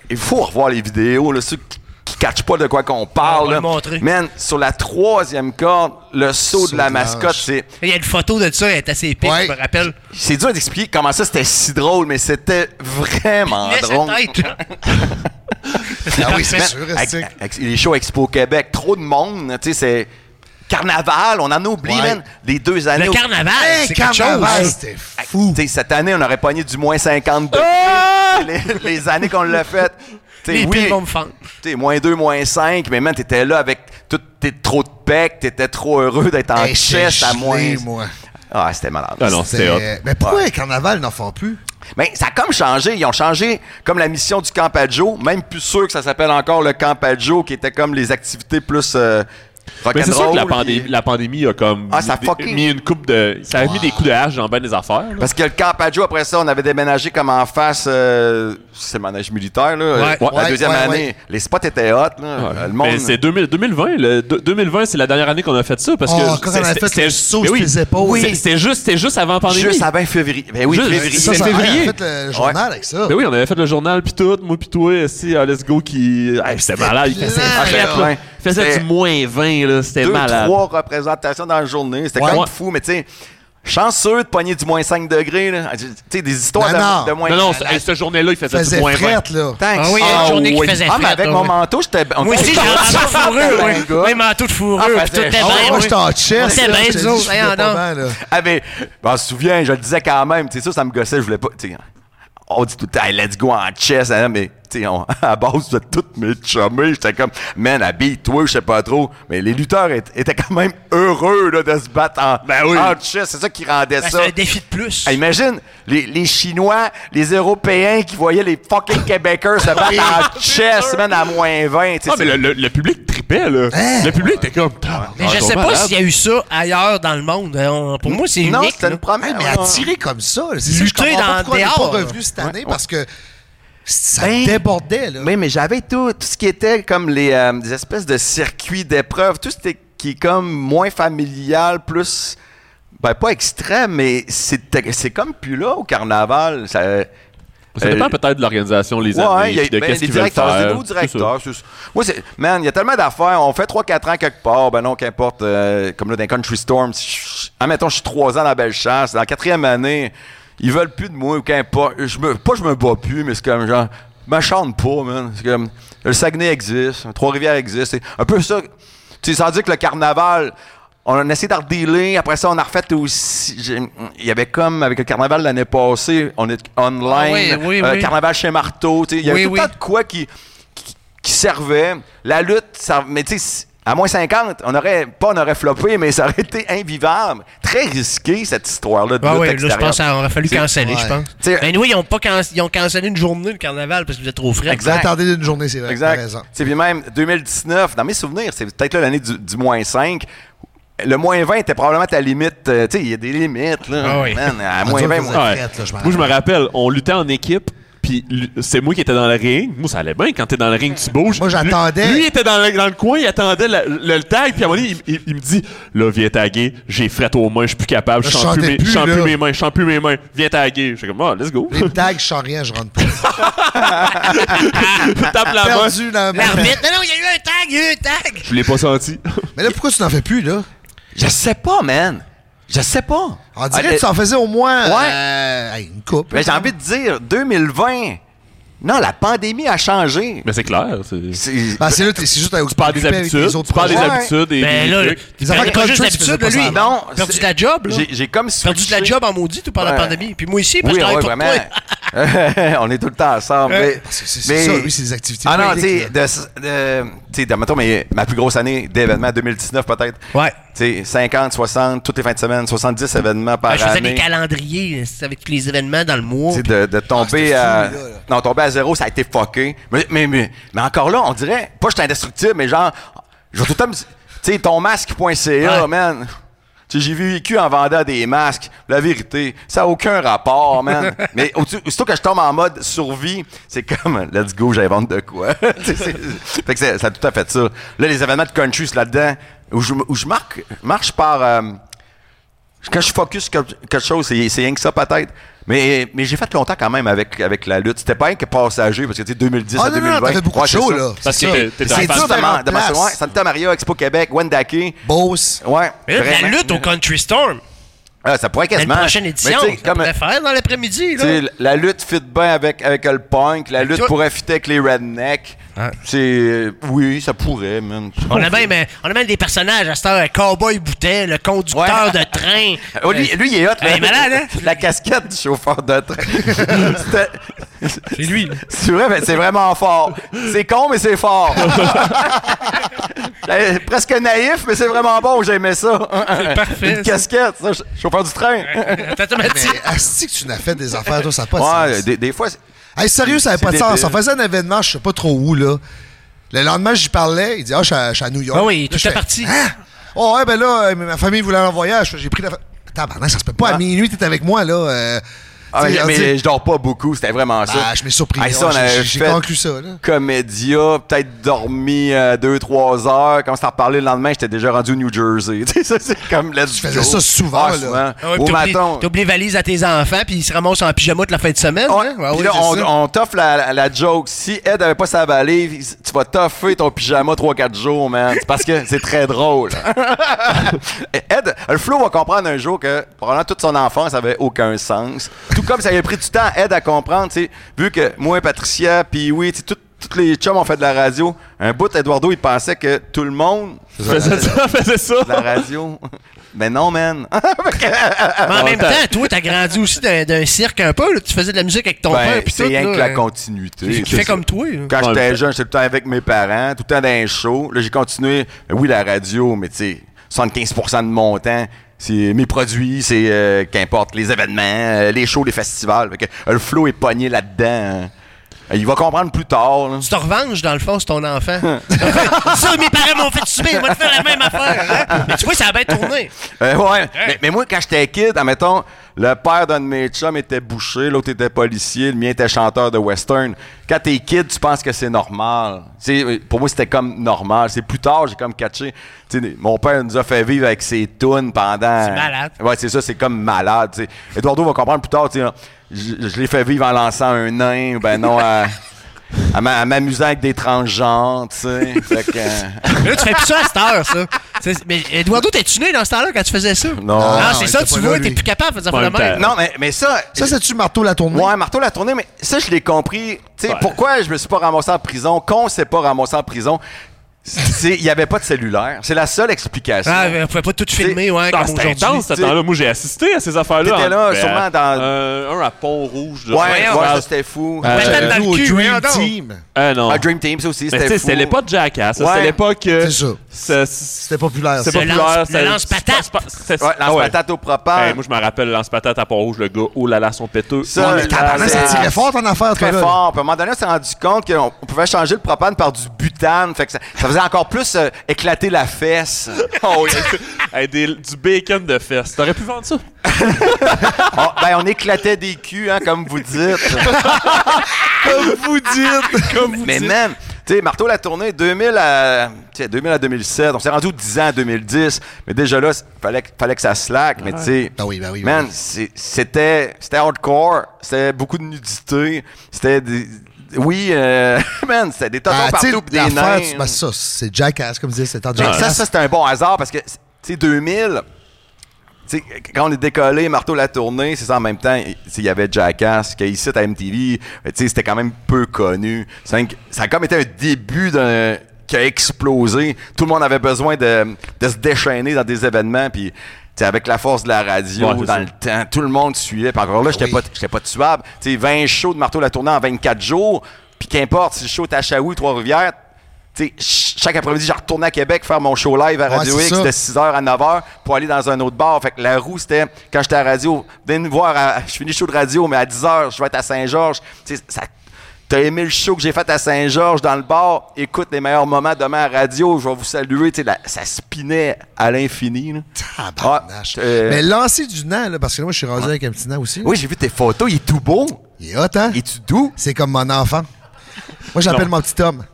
K: il faut revoir les vidéos, là, ceux qui ne catchent pas de quoi qu'on parle. là. Man, sur la troisième corde, le saut de la mascotte, c'est.
A: Il y a une photo de ça, elle est assez épique, je me rappelle.
K: C'est dur d'expliquer comment ça c'était si drôle, mais c'était vraiment
A: Il laisse la
K: drôle.
A: tête.
K: Ah
A: oui, c'est
K: man,
A: sûr,
K: avec- avec Les shows Expo Québec, trop de monde, tu sais, c'est. Carnaval, on en oublie, man, les deux années.
A: Le
K: au-
A: carnaval,
K: Hey,
A: c'est quelque
K: carnaval,
A: chose.
K: c'était fou. Tu sais, cette année, on aurait pogné du moins 52. les, les années qu'on l'a fait. Tu sais,
A: Ah! Les
K: oui,
A: piles vont me fendre.
K: tu sais, moins 2, moins 5, mais man, t'étais là avec tout, t'es trop de pec, t'étais trop heureux d'être en
B: Hey, j'étais
K: chest à
B: gelé,
K: moins.
B: moi.
K: Ah, c'était malade.
C: Ah non, c'était
B: C'était- Mais pourquoi les carnavals n'en font plus?
K: Mais ça a comme changé. Ils ont changé comme la mission du Camp à Joe. Même plus sûr que ça s'appelle encore le Camp à Joe, qui était comme les activités plus euh,
C: Mais c'est sûr que la
K: rock'n'roll,
C: pandémie, la pandémie a comme
K: Ah, ça a
C: mis-
K: fucké.
C: mis une coupe de. Ça a mis des coups de hache dans ben des affaires. là.
K: Parce que le Camp à Joe, après ça, on avait déménagé comme en face, euh, c'est le manège militaire, là.
C: Ouais.
K: Euh, la
C: Ouais,
K: deuxième
C: ouais,
K: année.
C: ouais.
K: Les spots étaient hot, là. Euh, Le monde.
C: Mais c'est 2000 2020. le- de- 2020, c'est la dernière année qu'on a fait ça. Parce
K: Oh,
C: que
K: quand on avait fait le saut
C: mais
K: sur tes épaules.
C: Oui.
K: Oui.
C: C'est- C'était juste, c'était juste avant la pandémie.
K: Juste avant février. Ben oui,
C: Juste-
K: février.
C: c'est
K: Ça, ça-
C: février.
K: on a fait le journal
B: avec ça.
C: Ben oui, on avait fait le journal, puis tout. Moi, puis toi, si euh, Let's Go qui. Hey, c'était malade. Il faisait,
K: plein,
C: frette,
K: là.
C: là. Il faisait
K: Ah, C'était-
C: du moins 20. là, C'était
K: deux,
C: malade.
K: trois représentations dans la journée. C'était
C: Ouais.
K: quand
C: Ouais.
K: même fou, mais tu sais, chanceux de pogner du moins 5 degrés. là. Tu sais, des
C: Non,
K: histoires de-
C: non.
K: de, moins
C: Non, non, c'est- hey, cette journée-là, il faisait Faisait du moins frette, 20. là.
K: Thanks.
C: Ah oui, il y a une journée qui faisait
K: Ah, mais
C: frette,
K: avec
C: là,
K: mon
C: oui.
K: manteau, j'étais.
A: Moi aussi, j'ai un manteau de fourrure, oui. Oui, manteau de fourrure, puis tout était bien, oui. On était bien, nous autres, voyons donc.
K: Ah, mais je m'en souviens, je le disais quand même. Tu sais, ça, ça me gossait, je voulais pas. tu sais, on dit tout le temps, Hey, let's go en chess, hein, mais tu sais, on- à base de toutes mes chummies, j'étais comme, man, habille-toi, je sais pas trop. Mais les lutteurs étaient étaient quand même heureux là, de se battre en,
C: Ben oui.
K: en chess. C'est ça qui rendait
A: Ben,
K: ça.
A: c'est un défi de plus.
K: Hey, imagine les, les Chinois, les Européens qui voyaient les fucking Québécois se battre en chess, man, à moins 20. tu sais,
C: Ah, mais le,
K: c'est-
C: le- le public tripait, là.
K: Hein?
C: Le public était comme. Ah,
A: Mais je sais pas s'il y a eu ça ailleurs dans le monde. Euh, on- Pour moi, c'est unique.
K: Non, c'était une première.
A: là. Ah,
B: Mais attirer comme ça, là, c'est ça, je
A: Lutter
B: comprends
A: dans
B: pas pourquoi on
A: le
B: n'est pas
A: dehors,
B: revenu
A: là.
B: cette année
K: Ouais.
B: parce que ça
K: Ben,
B: débordait, là.
K: Oui, mais j'avais tout, tout ce qui était comme les euh, des espèces de circuits d'épreuves, tout ce qui est- qui est comme moins familial, plus. Ben, pas extrême, mais c'était- c'est comme plus là au carnaval. Ça,
C: Ça
K: euh,
C: dépend peut-être de l'organisation, les
K: ouais,
C: années,
K: il y a-
C: puis de
K: ben,
C: qu'est-ce
K: des
C: qu'ils veulent
K: directeurs,
C: faire.
K: des nouveaux
C: tout ça.
K: directeurs. c'est ça. Moi, c'est- man, il y a tellement d'affaires. On fait 3-4 ans quelque part. Ben non, qu'importe. euh, comme là, dans Country Storm, si je- ah, mettons, je suis 3 ans dans Belle-Chasse. Dans la quatrième année, ils veulent plus de moi ou qu'importe. Je me, pas je me bats plus, mais c'est comme genre, je me chante pas, man. C'est comme, le Saguenay existe, Trois-Rivières existe. C'est un peu ça. Tu sais, sans dire que le carnaval, on a essayé d'en redealer. Après ça, on a refait aussi. j'ai- Il y avait comme, avec le carnaval l'année passée, on est online.
A: Ah oui, oui,
K: euh,
A: oui.
K: Carnaval chez Marteau. tu sais, Il y avait
A: Oui,
K: tout le
A: oui.
K: temps de quoi qui, qui, qui servait. La lutte, ça, mais tu sais, À moins 50, on aurait pas on aurait floppé, mais ça aurait été invivable. Très risqué, cette histoire-là de
A: Ah
K: lutte
A: oui, là, je
K: extérieure.
A: pense qu'il aurait fallu
K: C'est-
A: canceller, je
K: Ouais.
A: pense.
K: T'sais,
A: Ben oui, ils ont, pas can- ils ont cancellé une journée, le carnaval, parce que vous êtes trop frais.
K: Exact. Vous attendez
B: d'une journée, c'est vrai.
K: Exact. T'sais, puis même 2019, dans mes souvenirs, c'est peut-être là l'année du, du moins 5. Le moins 20 était probablement ta limite. euh, tu sais, il y a des limites. Là.
C: Ah oui.
K: Man, à
C: Ah,
K: moins
C: dur
K: 20,
C: que vous êtes
K: moi,
C: prêtes, là, je m'en Moi, je me rappelle, on luttait en équipe. Puis lui- c'est moi qui étais dans le ring. Moi, ça allait bien. Quand t'es dans le ring, tu bouges. Moi,
B: j'attendais.
C: Lui, il était dans le, dans le coin, il attendait la- le, le tag. Puis à un moment donné, il, il- il me dit Là, viens taguer. J'ai frette aux mains, je suis plus capable. Je
B: Je
C: chante plus,
B: chantais
C: mes-
B: plus,
C: je chante plus
B: là.
C: mes mains. Je chante plus mes mains. Viens taguer. J'étais comme Ah, let's go.
B: Les tags, je sens rien, je rentre pas.
C: Tape
K: Ah,
C: la main.
B: Perdu dans ma-
A: L'arbitre, non, non, il y a eu un tag, il y a eu un tag.
C: Je l'ai pas senti.
B: Mais là, pourquoi tu n'en fais plus, là?
K: Je sais pas, man. Je sais pas.
B: On dirait
K: Ah,
B: que tu en
K: euh,
B: faisais au moins
K: Ouais.
B: euh, hey, une coupe.
K: Mais j'ai envie de dire 2020. Non, la pandémie a changé.
C: Mais c'est clair.
K: C'est
B: Ben, c'est là, t'es- c'est juste à
K: Tu parles des
B: occupé avec
K: habitudes,
B: les autres
K: tu parles des
B: projets.
K: habitudes et
A: Ben
K: des
A: là,
K: trucs.
A: tu
K: Des affaires
A: perds
K: comme
A: pas juste
K: ça, tu
A: l'habitude,
K: faisais pas
A: lui.
K: ça avant. Non,
A: perdu
K: c'est-
A: de la job, là.
K: J'ai- j'ai comme
A: Perdu de la
K: switché.
A: job en maudit, tout pendant la
K: Ouais.
A: pandémie. Puis moi aussi, parce que je
K: Oui,
A: travaille pour
K: ouais, vraiment.
A: toi.
K: on est tout le temps ensemble.
A: Ouais.
K: mais-
A: Parce que c'est-
B: c'est
K: mais-
B: ça, oui, c'est des activités
K: Ah non, tu
B: publiques,
K: sais, de, de, tu sais, de- mettons, mais ma plus grosse année d'événements, 2019 peut-être.
A: Ouais.
K: Tu sais, 50, 60, toutes les fins de semaine, 70 événements par
A: Ben, je faisais
K: année.
A: des calendriers euh, avec tous les événements dans le mois. Ah,
K: Tu sais, de, de tomber à. Non, tomber à zéro, ça a été fucké. Mais, mais, mais, mais encore là, on dirait, pas que je suis indestructible, mais genre, je vais tout le temps me- Tu sais, ton masque.ca,
A: Ouais.
K: man. Tu sais, j'ai vécu en vendant des masques. La vérité, ça n'a aucun rapport, man. mais au-dessus- aussitôt que je tombe en mode survie, c'est comme, let's go, j'invente de quoi. Tu sais, c'est- fait que c'est- ça a tout à fait ça. Là, les événements de country, c'est là-dedans, où je, où je marque, marche par. euh, quand je focus sur quel- quelque chose, c'est c'est rien que ça peut-être. Mais, mais j'ai fait longtemps quand même avec, avec la lutte. C'était pas rien que passager, parce que tu sais, 2010
B: Ah
K: à
B: non, non,
K: 2020.
B: t'as fait beaucoup de
K: c'est
B: shows,
K: ça.
B: là.
K: Parce
B: C'est
K: que
B: ça.
K: t'es- t'es
B: C'est
K: dans-
B: dur
K: Santa-
B: d'avoir une
K: Santa-
B: place.
K: ouais, Santa Maria, Expo Québec, Wendake.
B: Beauce.
K: Ouais.
A: Mais là, de la
K: vraiment.
A: lutte au Country Storm.
K: Ah, ça pourrait
A: La
K: quasiment.
A: prochaine édition,
K: Mais tu sais,
A: ça
K: comme-
A: pourrait faire dans l'après-midi.
K: tu sais,
A: là.
K: la- la lutte fit bien avec, avec le punk, la lutte
A: toi-
K: pourrait fitter avec les rednecks. C'est. Oui, ça pourrait, man.
A: On a, même, euh, on a même des personnages à cette heure, Cowboy Boutet, le conducteur de train.
K: Oh, lui,
A: Euh,
K: lui, il est hot.
A: il est
K: là.
A: malade, hein?
K: La casquette du chauffeur de train. c'est lui. C'est vrai, mais c'est vraiment fort. C'est con, mais c'est fort. Euh, Presque naïf, mais c'est vraiment bon. J'aimais ça.
A: C'est parfait,
K: Une
A: ça.
K: casquette, ça, ch- chauffeur du train.
B: Mais asti que tu n'as fait des affaires, toi, ça n'a pas de
K: ouais,
B: sens.
K: des, des fois. c'est-
B: Hey, sérieux, ça n'avait
K: c'est
B: pas de sens.
K: débile.
B: On faisait un événement, je sais pas trop où, là. Le lendemain, j'y parlais. Il dit, ah, je suis à- je suis à New York.
A: Ah oui, il est
B: Là, je
A: tout à
B: fais,
A: parti.
B: Ah! Oh, ouais, ben là, euh, ma famille voulait aller en voyage. J'ai pris la. fa- Tabarnak, ça se peut pas. À minuit, t'es avec moi, là. euh,
K: Ah,
B: tu
K: mais,
B: sais,
K: mais
B: on dit-
K: je dors pas beaucoup, c'était vraiment ça.
B: Ah, je m'ai surpris.
K: Ah, ça,
B: Ouais,
K: on avait
B: j'ai- j'ai
K: fait
B: conclu ça, là.
K: Comédia, peut-être dormi 2-3 heures. Quand on s'est reparlé le lendemain, j'étais déjà rendu au New Jersey. Tu sais, ça, c'est comme let's
B: faisais
K: go.
B: ça souvent,
K: Ah,
B: là.
K: souvent.
A: Ah ouais,
K: Au
A: puis t'oublies-
K: matin.
A: T'oublies valise à tes enfants, puis ils se ramassent en pyjama de la fin de semaine. hein? Ah
K: Puis
A: oui,
K: là,
A: c'est
K: on,
A: ça.
K: on t'offre la, la- la joke. Si Ed avait pas sa valise, tu vas toffer ton pyjama 3-4 jours, man. C'est parce que c'est très drôle. Ed, le Flo va comprendre un jour que pendant toute son enfance, ça avait aucun sens. Tout comme ça avait pris du temps à Ed à comprendre, tu sais, vu que moi, Patricia, puis oui, tu sais, tout- tous les chums ont fait de la radio. Un bout, Eduardo, il pensait que tout le monde
C: Faisait ça, faisait ça.
K: de la radio. Mais non, man.
A: Mais en même
K: Attends.
A: temps, toi, t'as grandi aussi d'un, d'un cirque un peu. là. Tu faisais de la musique avec ton
K: Ben,
A: père. puis
K: c'est
A: tout,
K: rien
A: là,
K: que la
A: euh,
K: continuité.
A: Qui fait comme toi. là.
K: Quand
A: Ouais,
K: j'étais
A: mais-
K: jeune, j'étais tout le temps avec mes parents, tout le temps dans les shows. Là, j'ai continué, euh, oui, la radio, mais tu sais, 75 de mon temps, c'est mes produits, c'est euh, qu'importe, les événements, euh, les shows, les festivals. Fait que, euh, le flow est pogné là-dedans. Euh, Il va comprendre plus tard. là.
A: Tu te revenges, dans le fond, sur ton enfant.
K: Hum.
A: ça, mes parents m'ont fait subir. Ils vont te faire la même affaire. hein. Mais tu vois, ça a bien tourné.
K: Euh, ouais. Mais, mais moi, quand j'étais kid, admettons, le père d'un de mes chums était boucher, l'autre était policier, le mien était chanteur de western. Quand t'es kid, tu penses que c'est normal. Tu sais, euh, pour moi, c'était comme normal. C'est plus tard, j'ai comme catché. Tu sais, mon père nous a fait vivre avec ses tunes pendant.
A: C'est malade.
K: Ouais, c'est ça, c'est comme malade. tu sais. Eduardo va comprendre plus tard. tu sais, hein, Je, je l'ai fait vivre en lançant un nain, ben non, à, à m'a- à m'amusant avec des transgenres, tu sais. Fait que, euh,
A: Mais là, tu fais plus ça à cette heure, ça. C'est- Mais Eduardo, t'es-tu né dans ce temps-là quand tu faisais ça?
K: Non.
A: Ah,
K: Non,
A: c'est
K: il
A: ça,
K: était
A: tu
K: pas
A: vois,
K: là,
A: t'es
K: lui.
A: plus capable de faire
K: En
A: la
K: même temps.
A: même.
K: Non, mais, mais ça.
B: Ça, c'est-tu marteau la tournée?
K: Ouais, marteau la tournée, mais ça, je l'ai compris. Tu sais, pourquoi je me suis pas ramassé en prison, qu'on s'est pas ramassé en prison. C'est- Il n'y avait pas de cellulaire. C'est la seule explication.
A: Ah, mais on pouvait pas tout filmer, ouais,
K: Ah,
A: comme
K: c'était
A: aujourd'hui.
K: intense, ce
A: tu sais.
K: temps-là.
C: Moi, j'ai assisté à ces affaires-là.
K: T'étais là,
C: Ben,
K: sûrement dans-
C: euh, un à Pont-Rouge.
K: Ouais, ouais, ça, c'était fou. On
B: Euh,
K: mettait dans le Nous, au cul, Dream voyons donc. Team.
C: Ah non.
K: Ah, Dream Team, ça aussi,
C: Euh, Mais
K: c'était
C: tu sais,
K: fou.
C: C'était l'époque Jackass. ça.
K: Ouais.
C: C'était l'époque... euh, ça-
B: C'était populaire.
C: C'est
B: ça.
C: populaire.
B: Le
C: ça-
B: lance- le
C: c'est- c'est- c'est-
K: Ouais,
C: ah ouais.
K: lance-patate au propane.
C: Ben, moi, je me rappelle le lance-patate à Pont-Rouge, le gars. Oh là là, son péteux.
K: Ça,
C: Oh là
K: le
C: là,
K: tabarnak,
C: c'est-
B: Ça tirait fort ton affaire, toi,
K: Très
B: là.
K: fort. Puis à un moment donné, on s'est rendu compte qu'on on pouvait changer le propane par du butane. Fait que ça, ça faisait encore plus euh, éclater la fesse.
C: Oh, oui. Hey, des- du bacon de fesses. T'aurais pu vendre ça?
K: On- ben, on éclatait des culs, hein, comme vous dites.
B: comme vous dites.
C: comme vous
K: Mais
C: dites.
K: même, tu sais, Marteau la tournée 2000 à, tu sais, 2000 à 2007. On s'est rendu au 10 ans en 2010. Mais déjà là, c'est- fallait, que- fallait que ça slack. Mais
B: Ouais.
K: tu sais,
B: Ben oui, ben oui, ben
K: man,
B: oui.
K: c'est- c'était, c'était hardcore. C'était beaucoup de nudité. C'était des. Oui, euh, man, c'était des tontons
B: Ah, tu sais,
K: partout pis des
B: l'affaire,
K: nains. Ah.
B: tu- ben, ça, c'est Jackass, comme disait, c'était en
K: Mais
B: Jackass.
K: Ça, ça c'était un bon hasard parce que, tu sais, 2000, tu sais, quand on est décollé, Marteau la tournée, c'est ça en même temps, tu sais, il y avait Jackass, qui ici à MTV, Euh, tu sais, c'était quand même peu connu. C'est un- Ça a comme été un début d'un qui a explosé. Tout le monde avait besoin de, de se déchaîner dans des événements, puis tu sais, avec la force de la radio,
C: Ouais, c'est
K: dans
C: ça.
K: le temps, tout le monde suivait. Puis encore là, j'étais pas, j'étais pas tuable. Tu sais, 20 shows de Marteau la tournée en 24 jours, puis qu'importe si le show est à Chaoui, Trois-Rivières, tu sais, ch- chaque après-midi, je retournais à Québec faire mon show live à
B: Ouais,
K: Radio
B: c'est
K: X
B: ça.
K: de 6h à 9h pour aller dans un autre bar. Fait que la roue, c'était quand j'étais à radio, venez nous voir, à- je finis le show de radio, mais à 10h, je vais être à Saint-Georges. Tu sais, ça- T'as aimé le show que j'ai fait à Saint-Georges dans le bar? Écoute les meilleurs moments demain à radio, je vais vous saluer. Tu sais, la- ça spinait à l'infini. là.
B: Tabarnache.
K: Ah, euh,
B: Mais lancer du Nan, là, parce que moi, je suis rasé avec un petit Nan aussi.
K: Oui, j'ai vu tes photos, il est tout beau.
B: Il est hot, hein?
K: Il est doux.
B: C'est comme mon enfant. Moi, j'appelle mon petit homme.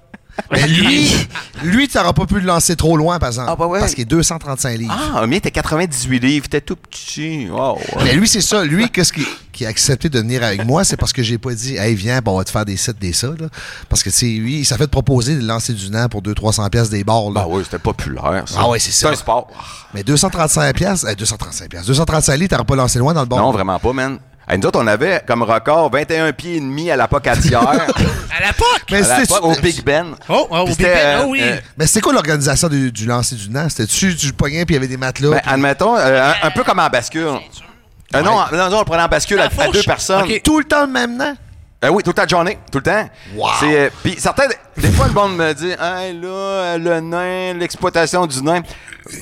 B: Mais lui, lui, tu n'auras pas pu le lancer trop loin, par exemple.
K: Ah, bah ouais.
B: Parce qu'il est 235 livres.
K: Ah, mais t'es 98 livres, t'es tout petit. Wow.
B: Mais lui, c'est ça. Lui, qu'est-ce qui, qui a accepté de venir avec moi, c'est parce que j'ai pas dit, hey, viens, ben, on va te faire des sites, des ça. là. Parce que, tu sais, lui, ça fait de proposer de lancer du Nan pour 200-300$ piastres des bars. Là.
K: Ah oui, c'était populaire. ça.
B: Ah ouais, c'est ça.
K: un sport.
B: Mais 235$, piastres- euh, 235$, piastres, 235 livres, t'auras pas lancé loin dans le bar.
K: Non, vraiment pas, man. Hey, nous autres, on avait comme record 21 pieds et demi à la pocatière.
A: À la POC!
K: à
B: Mais
K: la
B: c'est-
K: poc- au Big Ben.
A: Oh, oh, au
K: Puis
A: Big
K: c'était,
A: Ben,
K: euh,
A: oh oui!
K: euh,
B: Mais c'était quoi l'organisation du, du lancer du Nan? C'était-tu du poignet, puis il y avait des matelas?
K: ben,
B: puis-
K: admettons, euh, un, un peu comme en bascule. Euh, non, en- non, non, on le prenait en bascule à,
A: La
K: à
A: fourche.
K: deux personnes.
A: Ah, Ok.
B: Tout le temps le même Nan?
K: Euh, oui, tout le temps journée, tout le temps.
B: Wow.
K: C'est, euh, Puis certains, des fois, le monde me dit, hey, là, euh, le nain, l'exploitation du nain.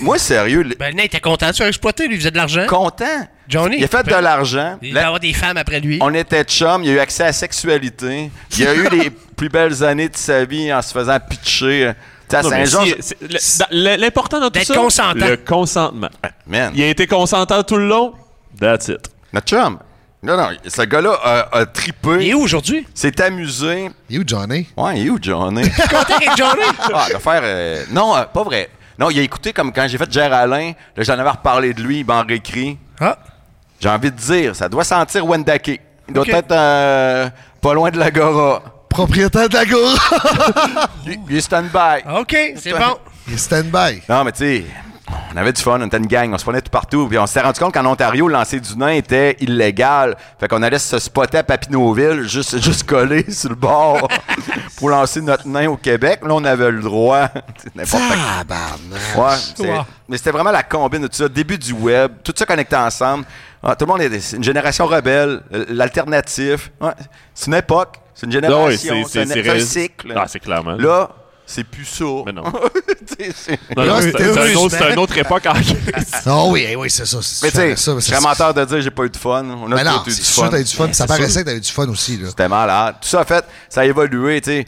K: Moi, sérieux, le-
A: Ben, le nain était content de se faire exploiter, lui, il faisait de l'argent.
K: content.
A: Johnny,
K: Il a fait de
A: ben,
K: l'argent.
A: Il
K: La-
A: va avoir des femmes après lui.
K: On était chum, il a eu accès à la sexualité. Il a eu les plus belles années de sa vie en se faisant pitcher. Tu sais, à
C: Non, mais
K: Saint-Jean,
C: si- c'est- le- dans- le- l'important dans tout
A: D'être
C: ça,
A: consentant.
C: le consentement.
K: man,
C: Il a été consentant tout le long. That's it.
K: notre chum. Non, non, ce gars-là a, a
A: Il est
K: tripé,
A: où aujourd'hui?
K: s'est amusé.
B: You, Johnny?
K: Ouais, il est où, Johnny?
A: Content avec Johnny?
K: ah, l'affaire, euh, non, euh, pas vrai. Non, il a écouté comme quand j'ai fait Gérald Alain, là, j'en avais reparlé de lui, il m'en réécrit.
A: Ah,
K: J'ai envie de dire, ça doit sentir Wendake. Il doit
A: Ok.
K: être euh, pas loin de l'Agora.
B: Oh. Propriétaire de la gourde.
K: Il, il est stand-by.
A: OK, c'est bon.
B: Il est stand-by.
K: Non, mais tu sais, on avait du fun, on était une gang, on se prenait tout partout. Puis on s'est rendu compte qu'en Ontario, le lancer du nain était illégal. Fait qu'on allait se spotter à Papineauville, juste, juste collé sur le bord pour lancer notre nain au Québec. Là, on avait le droit. C'est N'importe quoi.
B: Tabarnak.
K: Ouais, c'est-
A: Wow.
K: Mais c'était vraiment la combine de tout ça. Début du web, tout ça connecté ensemble. Ah, tout le monde est c'est une génération rebelle, euh, l'alternatif. Ouais, c'est une époque, c'est une génération,
C: Non, Ah oui, c'est-
K: c'est un,
C: c'est-
K: c'est un
C: c'est-
K: cycle.
C: Ah, c'est clairement.
K: Là, c'est plus ça.
C: Mais non.
K: Tu sais, c'est-
C: Non,
B: Là,
C: non, c'est-
B: c'est-
C: c'est un autre- c'est une
B: heureusement.
C: autre époque en crise.
B: Non, oui, eh oui, c'est ça. c'est-
K: Mais tu sais,
B: ça,
K: je
B: c'est-
K: serais menteur de dire j'ai pas eu de fun. On a
B: Mais non,
K: tous eu
B: c'est
K: du
B: sûr
K: fun.
B: que t'as eu du fun. Ça
K: c'est
B: paraissait que t'avais du fun aussi, là.
K: C'était malade. Tout ça, en fait, ça a évolué, tu sais.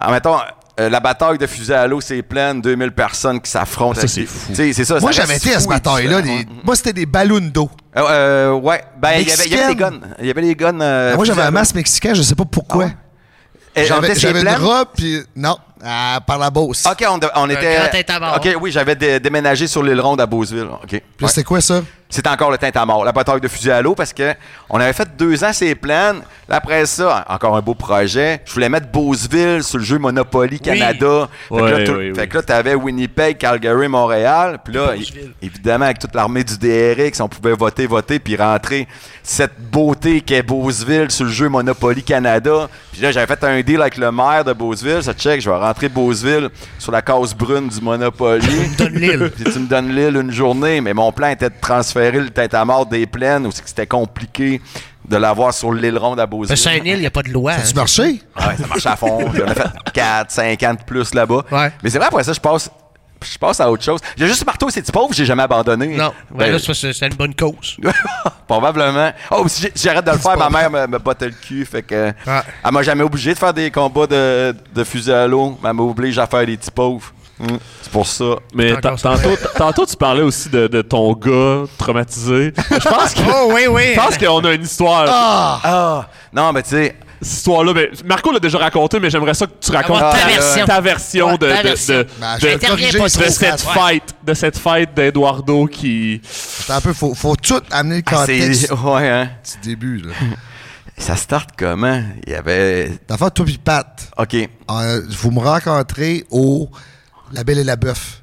K: En mettant la bataille de fusée à l'eau, c'est pleine, 2000 personnes qui s'affrontent.
C: Ça, c'est fou.
K: Tu sais, c'est ça.
B: Moi,
K: ça
B: j'avais
K: reste
B: été à
K: fou
B: ce
K: et
B: bataille-là.
K: différent.
B: des- Moi, c'était des ballons d'eau.
K: Euh, euh, ouais. Ben, il y avait- il y avait des guns.
B: Mexicaine. Ah,
K: Il y avait des guns. euh,
B: Moi, j'avais
K: fusée à
B: un
K: l'eau.
B: masque mexicain, je sais pas
K: Ah
B: pourquoi.
K: Et on
B: J'avais
K: était ces
B: j'avais une
K: plaines.
B: robe, puis non, à- par la Beauce.
K: OK, on, de- on était.
A: grand tête à mort.
K: OK, oui, j'avais dé- déménagé sur l'île ronde à Beauceville. OK.
B: Puis c'était quoi, ça?
K: C'est encore le teint à mort, la bataille de fusil à l'eau, parce que on avait fait deux ans ces plans. Là, Après ça, encore un beau projet. Je voulais mettre Beauceville sur le jeu Monopoly Canada. Fait, que là,
C: Ouais,
K: tout-
C: oui, oui.
K: fait que là, t'avais Winnipeg, Calgary, Montréal. Puis là, é- évidemment, avec toute l'armée du DRX, on pouvait voter, voter, puis rentrer cette beauté qu'est Beauceville sur le jeu Monopoly Canada. Puis là, j'avais fait un deal avec le maire de Beauceville. Ça check, je vais l'entrée de Beauceville sur la case brune du Monopoly. tu me
A: donnes l'île.
K: Puis tu me donnes l'île une journée. Mais mon plan était de transférer le tête à mort des plaines, ou c'est que c'était compliqué de l'avoir sur l'île ronde à Beauceville.
A: Parce que c'est un île, il n'y a pas de loi. hein.
B: marché?
K: Ouais, ça marchait à fond. Puis on a fait 4, 5 ans de plus là-bas. Mais c'est vrai, après ça, je passe. Je passe à autre chose. J'ai juste marteau, c'est petit pauvre, j'ai jamais abandonné. Non,
A: Ouais, Ben là, ça, c'est c'est une bonne cause.
K: probablement. Oh, si j'ai- si j'arrête de le faire, ma mère me, me bottait le cul. Fait que, Elle m'a jamais obligé de faire des combats de, de fusil à l'eau, mais elle m'oblige à faire des petits pauvres. Mm, C'est pour ça.
C: Mais ta- tantôt, tantôt, tu parlais aussi de, de ton gars traumatisé. Je pense que.
A: Oh, oui, oui.
C: Je pense qu'on a une histoire.
K: Ah! Non, mais tu sais.
C: Cette histoire-là, ben, Marco l'a déjà raconté, mais j'aimerais ça que tu racontes
A: Avoir ta version.
C: ta version
A: Ouais,
C: de,
A: ta
C: de-
A: version.
C: de-
A: Ben,
C: de-
A: je t'interviens
C: de
A: pas trop,
C: cette
A: Fred, ouais.
C: fête, de cette fête d'Eduardo qui.
B: Attends un peu, faut, faut tout amener le
K: Ah,
B: contexte
K: c'est- ouais, hein.
B: du début. Là.
K: Ça start comment? Il y avait.
B: Dans le fond, toi puis Pat,
K: OK.
B: euh, vous me rencontrez au La Belle et la Bœuf.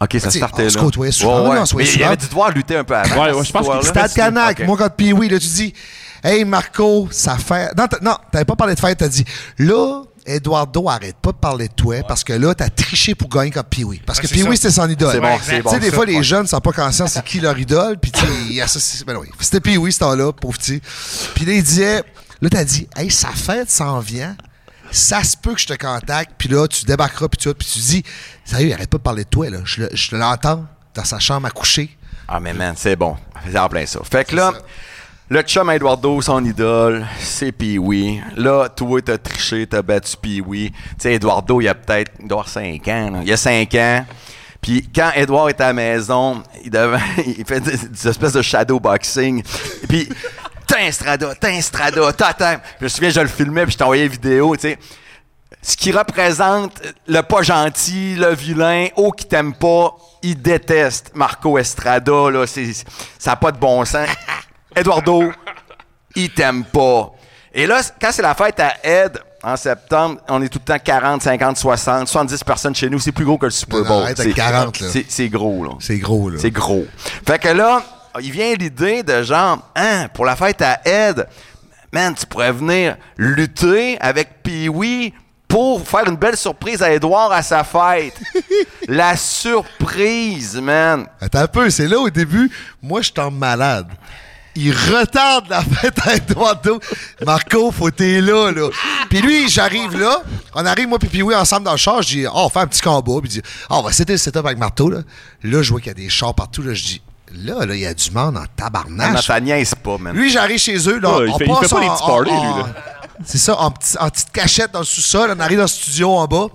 K: OK,
B: Tu
K: ça
B: sais,
K: startait
B: on
K: là.
B: se côtoyait souvent, là, on se
K: Mais
B: voyait
K: il avait
B: souvent.
K: dû devoir lutter un peu avant.
C: Ouais, ouais, je pense qu'il-
B: Stade Canac,
K: Ok.
B: moi contre Pee-Wee, là, tu dis Hey Marco, ça fait. Non, t'as- non, t'avais pas parlé de fête, t'as dit Là, Eduardo, arrête pas de parler de toi parce que là, t'as triché pour gagner contre Pee-Wee. Parce
K: Ouais,
B: que
K: c'est
B: Pee-Wee,
K: ça.
B: c'était son idole.
K: C'est bon, c'est bon,
B: Tu sais, des
K: ça,
B: fois, les
K: ouais.
B: jeunes sont pas conscients c'est qui leur idole, puis tu sais, ils associent- ben oui, c'était Pee-Wee, ce temps-là, pauvre petit. Puis là, il disait Là, t'as dit Hey, sa fête s'en vient. Ça se peut que je te contacte, puis là, tu débarqueras, puis tout, puis tu dis Sérieux, arrête pas de parler de toi, là. Je le- Je l'entends dans sa chambre à coucher.
K: Ah, mais man, c'est bon. C'est en plein ça. Fait que là, le chum Eduardo, son idole, c'est Pee-Wee. Là, toi, t'as triché, t'as battu Pee-Wee. Tu sais, Eduardo, il a peut-être, il doit avoir 5 ans. là. Il a 5 ans. Puis quand Edouard est à la maison, il, devait- il fait des, des espèces de shadow boxing. Puis, t'es strada, t'es strada, t'attends. Je me souviens, je le filmais, puis je t'envoyais une vidéo, tu sais ce qui représente le pas gentil, le vilain, oh qui t'aime pas, il déteste Marco Estrada, là, c'est- ça n'a pas de bon sens. Eduardo, il t'aime pas. Et là, c- quand c'est la fête à Ed, en septembre, on est tout le temps 40, 50, 60, 70 personnes chez nous. C'est plus gros que le Super
B: Non, non,
K: Bowl.
B: arrête avec
K: C'est
B: 40, là.
K: c'est- C'est gros, là.
B: C'est gros, là.
K: C'est gros. Fait que là, il vient l'idée de genre, hein, pour la fête à Ed, man, tu pourrais venir lutter avec Pee-Wee pour faire une belle surprise à Edouard à sa fête. la surprise, man.
B: Attends un peu, c'est là au début, moi je tombe malade. Il retarde la fête à Eduardo. Marco, faut t'es là, là. Puis lui, j'arrive là. On arrive, moi, puis puis oui, ensemble dans le char. Je dis, oh, on fait un petit combat. Puis il dit, oh, on va citer le setup avec Marteau, là. Là, je vois qu'il y a des chars partout. Là, je dis, là, là, il y a du monde en
C: Ah,
K: Man,
B: tabarnache.
K: ça niaise pas, man.
B: Lui, j'arrive chez eux. Là,
K: Ouais, il
B: on
K: fait- il
B: passe
K: fait pas
B: en-
K: les petits
B: en-
K: parties,
B: en-
K: lui, là.
B: C'est ça, en, petit- en petite cachette dans le sous-sol. On arrive dans le studio en bas.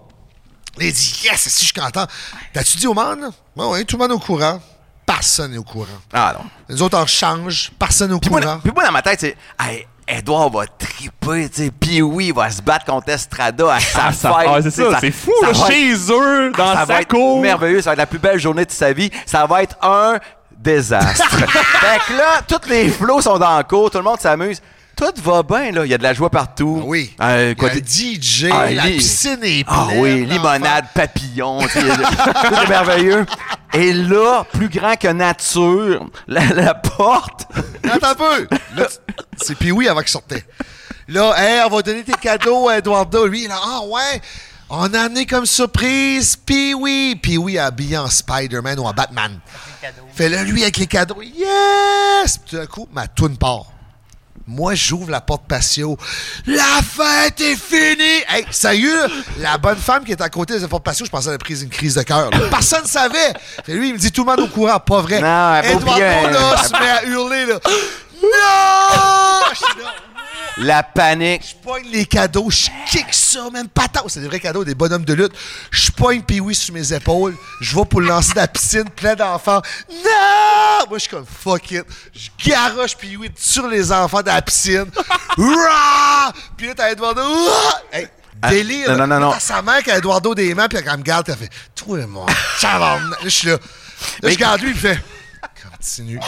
B: Il dit Yes, si je suis content. T'as-tu dit au monde Oui, oui, tout le monde est au courant. Personne n'est au courant.
K: Ah non.
B: Les autres en changent. Personne n'est au
K: Puis
B: courant.
K: moi, puis moi, dans ma tête, c'est hey, Edouard va triper, tu sais. Puis oui, il va se battre contre Estrada à sa
C: Ah, ça-
K: fête.
C: ah, c'est
K: tu sais,
C: ça, c'est fou,
K: ça
C: là,
K: va
C: chez
K: être-
C: eux, dans
K: ça
C: sa
K: va être
C: cour.
K: merveilleux, ça va être la plus belle journée de sa vie. Ça va être un désastre. fait que là, tous les flots sont dans le cours, tout le monde s'amuse. Tout va bien, là. Il y a de la joie partout.
B: Ah Oui.
K: Euh,
B: Il y a
K: côté-
B: DJ,
K: Ah,
B: la
K: li-
B: piscine est pleine.
K: Ah oui, limonade, papillon, tu sais, tout est merveilleux. Et là, plus grand que nature, la, la porte.
B: Attends un peu. Là, tu- c'est puis oui avant qu'il sortait. Là, hey, on va donner tes cadeaux à Eduardo. Lui, il a ah ouais. On a amené comme surprise Pee-Wee. Pee-Wee habillé en Spider-Man ou en Batman. Fait là, lui, avec les cadeaux, yes! Puis tout d'un coup, ma toune part. Moi, j'ouvre la porte patio. La fête est finie! Hey, sérieux, là, la bonne femme qui est à côté de la porte patio, je pensais qu'elle a pris une crise de cœur. là. Personne ne savait! Fait lui, il me dit tout le monde au courant, pas vrai.
K: Non, elle a pas
B: Eduardo,
K: oublié,
B: là,
K: elle-
B: se met à hurler, là. Non! Je suis là,
K: La panique.
B: je pogne les cadeaux, je kick ça, même pas tant. C'est des vrais cadeaux, des bonhommes de lutte. Je pogne Pee-Wee sur mes épaules, je vais pour le lancer dans la piscine, plein d'enfants. Non! Moi, je suis comme fuck it. Je garoche Pee-Wee sur les enfants dans la piscine. Rah! Puis là, t'as Eduardo. Rah! Hey,
K: Ah,
B: délire.
K: non, non, non,
B: Là,
K: non.
B: T'as sa mère qui a Eduardo des mains, puis elle quand elle me garde, elle fait Toi, mon tabarnak. Là, je suis là. Là, je garde lui, il fait Continue.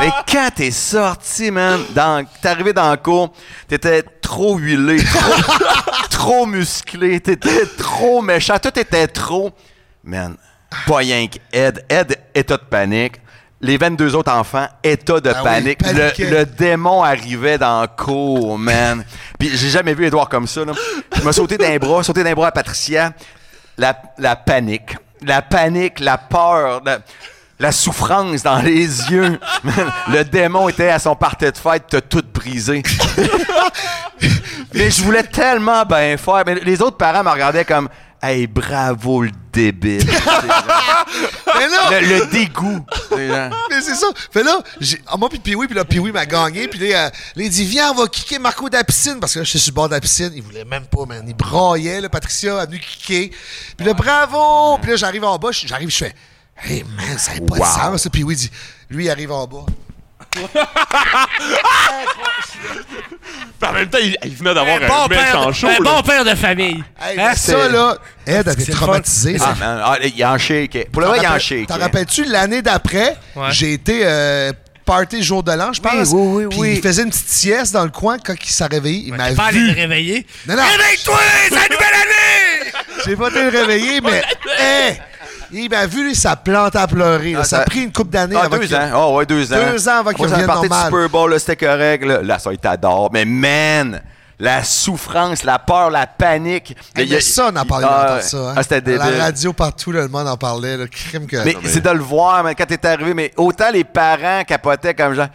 K: Mais quand t'es sorti, man, dans, t'es arrivé dans le cours, t'étais trop huilé, trop, trop musclé, t'étais trop méchant, tout était trop. Man, pas rien que Ed. Ed est de panique. Les 22 autres enfants, état de
B: Ah oui,
K: panique.
B: paniquaient.
K: le, le démon arrivait dans le cours, man. Puis j'ai jamais vu Edouard comme ça. Là. Il m'a sauté d'un bras, sauté d'un bras à Patricia. La, la panique. La panique, la peur, la, la souffrance dans les yeux. Man, le démon était à son party de fête, t'as tout brisé. mais je voulais tellement bien faire. Mais les autres parents me regardaient comme Hey, bravo le débile.
B: Mais non!
K: le, le dégoût. des gens.
B: Mais c'est ça. Fait là, j'ai- ah, moi puis Pee-Wee, puis là, Pee-Wee m'a gagné. Puis là, euh, là, il dit, viens, on va kicker Marco de la piscine. Parce que là, j'étais sur le bord de la piscine. Il voulait même pas, man. Il braillait, là, Patricia a venu kicker. Puis là, bravo! Puis là, j'arrive en bas, je- j'arrive, je fais, hey, man, ça n'a pas
K: Wow.
B: de sens. Puis Pee-Wee dit, lui, il arrive en bas.
C: Puis en même temps, il, il venait d'avoir un,
A: bon
C: mec
A: père,
C: en chaud.
A: un
C: là.
A: bon père de famille.
B: Hey,
A: Hein?
B: mais ça, là, Ed avait
A: C'est le
B: traumatisé.
K: Ah, man, ah, il en shake. Pour le vrai, il en shake. hein.
B: T'en rappelles-tu l'année d'après? J'ai été euh, party jour de l'an, je pense.
K: oui, oui,
B: Puis
K: oui.
B: il faisait une petite sieste dans le coin quand il s'est réveillé. Il m'a
A: Pas aller le
B: vu.
A: réveiller.
B: Non, non.
A: Réveille-toi, c'est la nouvelle année!
B: J'ai pas été le réveiller, mais hey, il m'a vu, lui, ça plante à pleurer. là.
K: Ah,
B: ça
K: ça-
B: a pris une couple d'années.
K: Ah,
B: avant
K: deux
B: qu'il-
K: ans. Ah, ouais, deux ans.
B: Deux ans avant qu'il
K: Moi, ça
B: revienne
K: partait du
B: normal.
K: Super Bowl, là, c'était correct. Là. là, ça, il t'adore. Mais man, la souffrance, la peur, la panique.
B: Hey,
K: Il y a-
B: mais ça, on en parlait
K: Ah,
B: longtemps, ça. hein.
K: Ah, c'était
B: À
K: débile.
B: La radio partout, là, le monde en parlait. Le crime que.
K: Mais c'est de le voir, man, quand t'es arrivé. Mais autant les parents capotaient comme genre.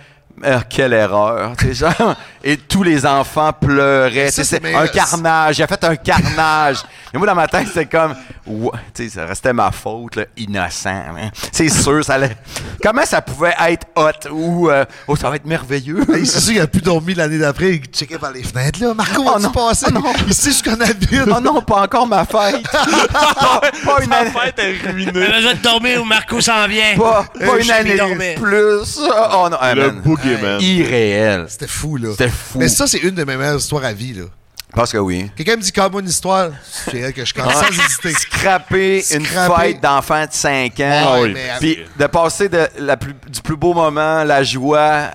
K: Ah, quelle erreur. tu sais, genre, et tous les enfants pleuraient.
B: Mais
K: Tu
B: ça,
K: sais,
B: c'est
K: C'est
B: meilleur.
K: un carnage. Il a fait un carnage. Et moi, dans ma tête, c'était comme. Ouais, tu sais, ça restait ma faute, là, innocent. man. C'est sûr, ça allait. Comment ça pouvait être hot ou. euh, oh, ça va être merveilleux.
B: Hey, c'est sûr qu'il a plus dormi l'année d'après. Il checkait par les fenêtres, là. Marco, on tu
K: Oh, non.
B: passer? Il sait jusqu'en habite.
K: oh non, pas encore ma fête. pas, pas une année.
C: fête est
A: J'ai
C: ruinée.
A: besoin de dormir où Marco s'en vient.
K: Pas, pas
A: Euh,
K: une
A: je m'y
K: année
A: dormais.
K: plus. Oh non, hey,
C: Le
K: man.
C: boogeyman.
K: Irréel.
B: C'était fou, là.
K: C'était fou.
B: Mais ça, c'est une de mes meilleures histoires à vie, là.
K: Parce que oui.
B: Quelqu'un me dit, comme une histoire, c'est elle que je
K: Ah.
B: compte sans hésiter.
K: Scraper une
B: Scraper.
K: fête d'enfant de 5 ans.
C: Ah
B: Ouais,
C: oui.
B: mais-
K: Puis de passer de la plus- du plus beau moment, la joie,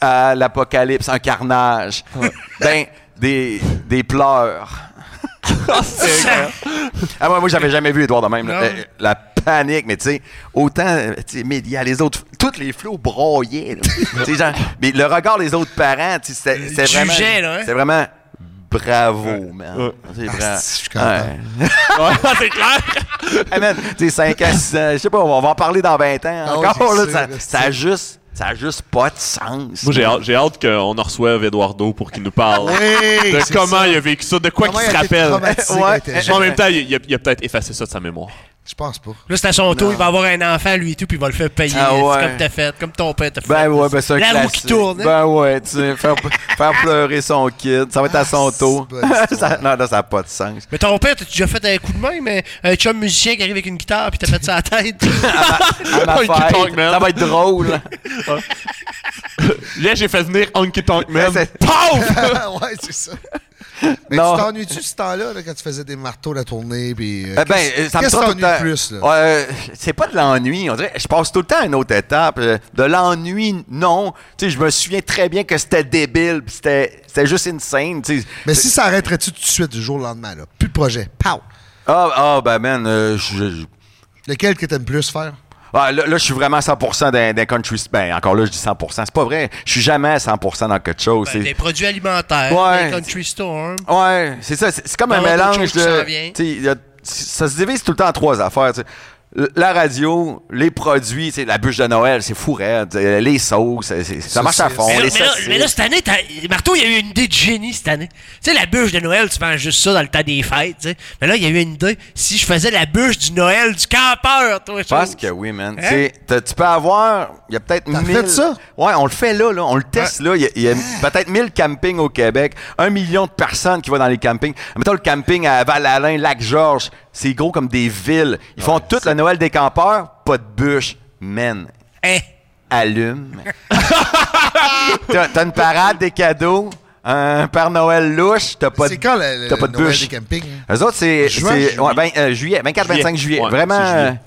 K: à l'apocalypse, un carnage. ben, des, des pleurs. ah, moi, moi j'avais jamais vu Edouard de même. là.
A: Non.
K: Euh, La panique, mais tu sais, autant, euh, tu sais, médias, les autres, tous les flots broyaient. là. Tu sais, genre, mais le regard des autres parents, tu sais, c'était c'était
A: Ils
K: vraiment.
A: jugeaient, là, hein?
K: C'était vraiment bravo, man.
C: Ouais.
K: C'est
B: Ah,
K: bra-
B: si, je suis content.
K: Ouais.
C: Ouais, Ah, c'est clair.
K: Hey man, t'es 5 ans, 6 ans, je sais pas, on va en parler dans 20 ans.
B: Ah oui,
K: Encore,
B: c'est
K: là,
B: sûr,
K: ça, ça a juste, ça a juste pas de sens.
C: Moi, j'ai hâte, j'ai hâte qu'on en reçoive Eduardo pour qu'il nous parle
B: Hey,
C: de
B: c'est
C: comment
B: ça.
C: il a vécu ça, de quoi
B: Comment
C: qu'il se
B: il a été
C: rappelle.
B: traumatisé
K: Ouais.
B: quand il était jeune?
C: En même temps, il, il a, il a peut-être effacé ça de sa mémoire.
B: Je pense pas.
A: Là, c'est à son tour, il va avoir un enfant, lui et tout, puis il va le faire payer.
K: Ah
A: C'est
K: ouais.
A: Comme t'as fait, comme ton père t'a fait.
K: Ben ouais, ben c'est un
A: La roue
K: classique.
A: qui tourne. hein?
K: Ben ouais, tu sais, faire, faire pleurer son kid, ça va être à son
B: Ah, c'est
K: tour.
B: bonne histoire.
K: Ça- non, non, ça n'a pas de sens.
A: Mais ton père, t'as déjà fait un coup de main, mais un chum musicien qui arrive avec une guitare, puis t'as fait ça à la tête.
K: À ma
C: Honky
K: fête,
C: Tonk Ah, Man.
K: ça va être drôle.
C: Là, j'ai fait venir Honky Tonk Man.
K: Ouais, c'est-
C: Pauvre!
B: ouais, c'est ça. Mais
K: Non.
B: tu t'ennuies-tu ce temps-là, là, quand tu faisais des marteaux la tournée? Puis, euh,
K: Eh ben,
B: qu'est-ce-
K: euh, ça me
B: Qu'est-ce
K: prend tout
B: que
K: le
B: t'ennuies
K: temps.
B: plus? Là?
K: Ouais, euh, c'est pas de l'ennui. On dirait, je passe tout le temps à une autre étape. Euh, De l'ennui, non. Tu sais, je me souviens très bien que c'était débile, puis c'était, c'était juste insane. tu sais.
B: Mais si ça arrêterait-tu tout de suite du jour au lendemain? Là? Plus de projet. Pow!
K: Ah, ah, ben, man, euh, je- je-
B: Lequel que t'aimes plus faire?
K: Ah, là, là, je suis vraiment à 100% d'un, d'un country. Ben, encore là, je dis 100%. C'est pas vrai. Je suis jamais à 100% dans quelque chose.
A: Ben,
K: c'est...
A: des produits alimentaires,
K: Ouais.
A: des country store.
K: Ouais, c'est ça. C'est, c'est comme un
A: Parlons d'autre
K: mélange
A: chose qui
K: de.
A: s'en vient.
K: tu sais, il y a- ça se divise tout le temps en trois affaires. tu sais. L- La radio, les produits, tu sais, la bûche de Noël, c'est fou raide, tu sais, les sauces, c'est- c'est- ça marche à fond.
A: Mais là,
K: les
A: mais là-
K: saucisses.
A: mais là, cette année, t'as- Marteau, il y a eu une idée de génie cette année. Tu sais, la bûche de Noël, tu vends juste ça dans le temps des fêtes. tu sais. Mais là, il y a eu une idée. Si je faisais la bûche du Noël du campeur, toi,
K: Je pense que oui, man.
A: Hein?
K: Tu sais, t'as- tu peux avoir. Il y a peut-être
B: T'as
K: 1000.
B: fait ça?
K: Ouais, on le fait là, là. On le teste là. Il y a- il y a, peut-être 1000 campings au Québec. Un million de personnes qui vont dans les campings. Mettons le camping à Val-Alain, Lac-Georges. C'est gros comme des villes. Ils font tout le Noël des campeurs. Pas de bûche. Man.
A: Hein?
K: Allume. t'as t'as une parade, des cadeaux. Un Père Noël louche, t'as pas de,
B: c'est quand le, le
K: t'as pas de
B: Noël
K: bûche. Euh.
B: des campings? hein?
K: Eux autres, c'est.
B: Juin,
K: c'est-
B: juillet.
K: ouais, ben, euh, juillet, 24-25 juillet.
C: Juillet. Ouais,
K: Vraiment.
C: c'est
K: euh,
C: juillet.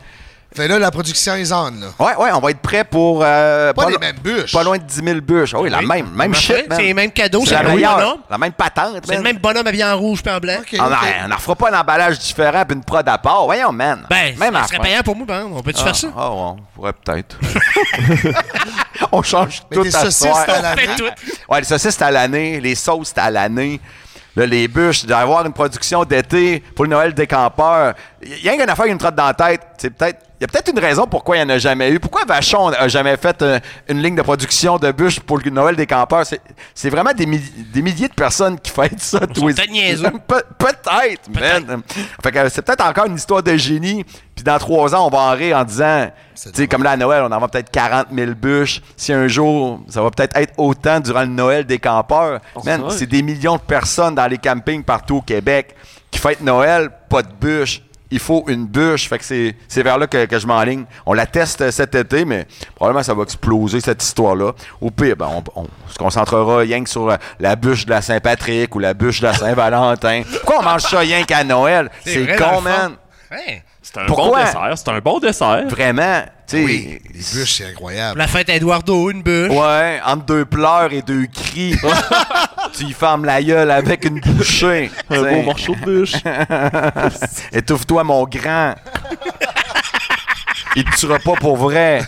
B: Fait là, la production est en, là.
K: Ouais, ouais, on va être prêt pour. euh,
B: Pas les
K: lo-
B: mêmes bûches.
K: Pas loin de 10 000 bûches. Oh, oui, la
B: Oui.
K: même, même
B: Parfait.
K: shit, man.
A: C'est les mêmes cadeaux, c'est
K: la
A: le même
K: meilleure,
A: bonhomme.
K: La même patente,
A: C'est le
K: man.
A: même bonhomme habillé en rouge puis en blanc.
K: On n'en on en fera pas un emballage différent puis une prod à part. Voyons, man.
A: Ben,
K: même
A: ça serait
K: affaire.
A: payant pour moi, par exemple. On peut-tu
K: Ah,
A: faire ça?
K: Ah, ouais, on pourrait peut-être. on change
B: Mais
K: tout
B: des
K: à
B: saucisses,
K: soir.
B: c'est à l'année. On fait
K: Ouais, les saucisses, c'est à l'année. Les sauces, c'est à l'année. Là, les bûches, d'avoir une production d'été pour le Noël des campeurs. Il y a rien qu'une affaire qui me trotte dans la tête. C'est peut-être. Il y a peut-être une raison pourquoi il n'y en a jamais eu. Pourquoi Vachon n'a jamais fait euh, une ligne de production de bûches pour le Noël des campeurs? C'est- C'est vraiment des, milli- des milliers de personnes qui fêtent ça tous les
A: peut-être niaiseux.
K: Pe- Peut-être, man. Fait que c'est peut-être encore une histoire de génie. Puis dans trois ans, on va en rire en disant, tu sais, comme là à Noël, on en vend peut-être 40 000 bûches. Si un jour, ça va peut-être être autant durant le Noël des campeurs. Man,
C: sait.
K: c'est des millions de personnes dans les campings partout au Québec qui fêtent Noël, pas de bûche. Il faut une bûche. Fait que c'est c'est vers là que, que je m'enligne. On la teste cet été, mais probablement ça va exploser cette histoire-là. Au pire, ben, on, on se concentrera rien que sur euh, la bûche de la Saint-Patrick ou la bûche de la Saint-Valentin. Pourquoi on mange ça rien qu'à Noël?
A: C'est
K: C'est
A: vrai, dans
K: con,
A: le fond.
K: man.
A: Ouais.
C: C'est un
K: Pourquoi?
C: bon dessert. C'est un bon dessert.
K: Vraiment. tu sais,
B: Oui, les bûches, c'est incroyable.
A: La fête à Eduardo, une bûche.
K: Ouais, entre deux pleurs et deux cris. tu y fermes la gueule avec une bouchée.
C: Un
K: T'sais,
C: beau morceau de bûche.
K: Étouffe-toi, mon grand. Il te tuera pas pour vrai.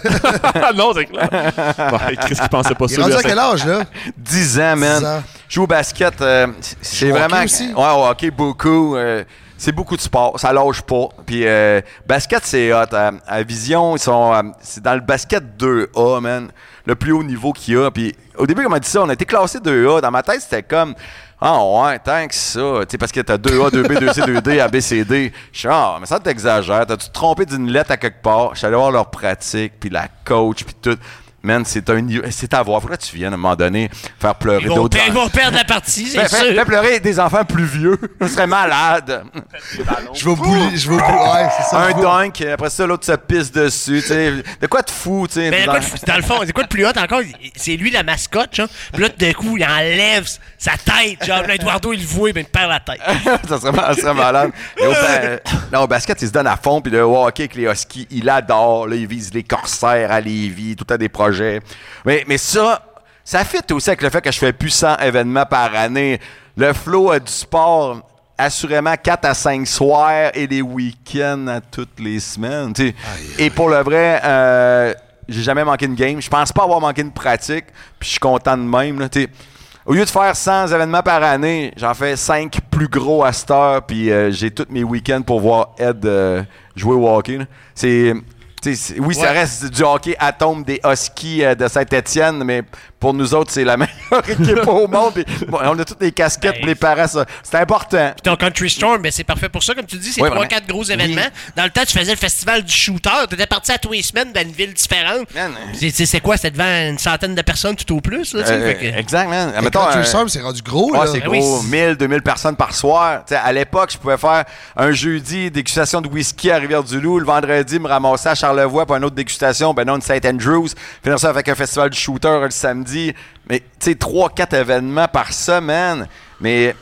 C: Ah non, c'est clair. Ouais, Qu'est-ce qu'il pensait pas
B: Il
C: ça?
B: est
C: lui,
B: rendu
C: à
B: à quel âge, là?
K: 10 ans,
B: 10
K: man.
B: ans.
K: Joue au basket, euh, c- c'est
B: au hockey
K: vraiment.
B: aussi?
K: Ouais, au hockey, beaucoup. euh, c'est beaucoup de sport. Ça lâche pas. Puis, euh, basket, c'est hot. À, à Vision, ils sont. euh, c'est dans le basket 2A, man. Le plus haut niveau qu'il y a. Puis, au début, comme on dit ça, on a été classé 2A. Dans ma tête, c'était comme. Ah ouais, tant que ça. Tu sais, parce que t'as 2A, 2B, 2C, 2D, ABCD. Je suis ah, mais ça t'exagères. T'as-tu trompé d'une lettre à quelque part? Je suis allé voir leur pratique, puis la coach, puis tout. Man, c'est un niveau- c'est à voir. Faudrait que tu viennes à un moment donné faire pleurer
A: Ils vont,
K: d'autres
A: per- ils vont perdre la partie,
K: Fais,
A: c'est
K: Ben, fais- fais
A: sûr.
K: pleurer des enfants plus vieux. Ce serait malade.
B: Je vais au bouli, je vais au bouli. Ouais, c'est ça.
K: Un
B: je vais-
K: dunk, après ça, l'autre se pisse dessus. tu sais. De quoi de fou, tu sais.
A: Mais
K: dans-
A: quoi Ben, de- dans le fond, c'est quoi de plus hot encore? Il- C'est lui la mascotte, genre. Puis là, tout d'un coup, il enlève sa tête. Genre, là, Eduardo, il le voit, mais il perd la tête.
K: ça, serait, ça serait malade. Et au, ba- euh, non, au basket, ils se donnent à fond. Puis le hockey avec les Huskies, il adore. Là, il vise les corsaires à Lévis, tout à des projets. Mais, mais ça, ça fit aussi avec le fait que je fais plus 100 événements par année. Le flow euh, du sport, assurément 4 à 5 soirs et les week-ends à toutes les semaines. tu sais. et pour le vrai... euh, j'ai jamais manqué une game. Je pense pas avoir manqué une pratique. Puis je suis content de même. Là, tu sais. Au lieu de faire 100 événements par année, j'en fais 5 plus gros à cette heure, puis euh, j'ai tous mes week-ends pour voir Ed euh, jouer au hockey. là. C'est, tu sais, c'est- oui, ça
A: Ouais.
K: reste du hockey atome des Huskies euh, de Saint-Étienne, mais pour nous autres, c'est la meilleure équipe au monde. puis, bon, on a toutes les casquettes,
B: Ben,
K: pour les parents, ça. c'est important.
A: Ton Country Storm, ben, c'est parfait pour ça. Comme tu dis, c'est
K: Oui,
A: trois,
K: vraiment.
A: quatre gros événements. Dans le temps, tu faisais le festival du shooter. T'étais parti à tous les semaines dans une ville différente.
K: Man,
A: C'est- C'est c'est quoi? C'était devant une centaine de personnes tout au plus, là, tu sais?
K: Euh,
A: Fait que-
K: exact, man.
B: Mais
K: Mettons,
B: quand tu
K: euh,
B: le sors, c'est rendu gros,
K: Ah,
B: là.
K: c'est
A: Ben oui,
K: gros,
A: c'est-
K: 1000, 2000 personnes par soir. Tu sais, à l'époque, je pouvais faire un jeudi dégustation de whisky à Rivière-du-Loup, le vendredi me ramasser à Charlevoix pour une autre dégustation, ben non, une St. Andrews, finir ça avec un festival de shooter le samedi. Mais tu sais, 3-4 événements par semaine. Mais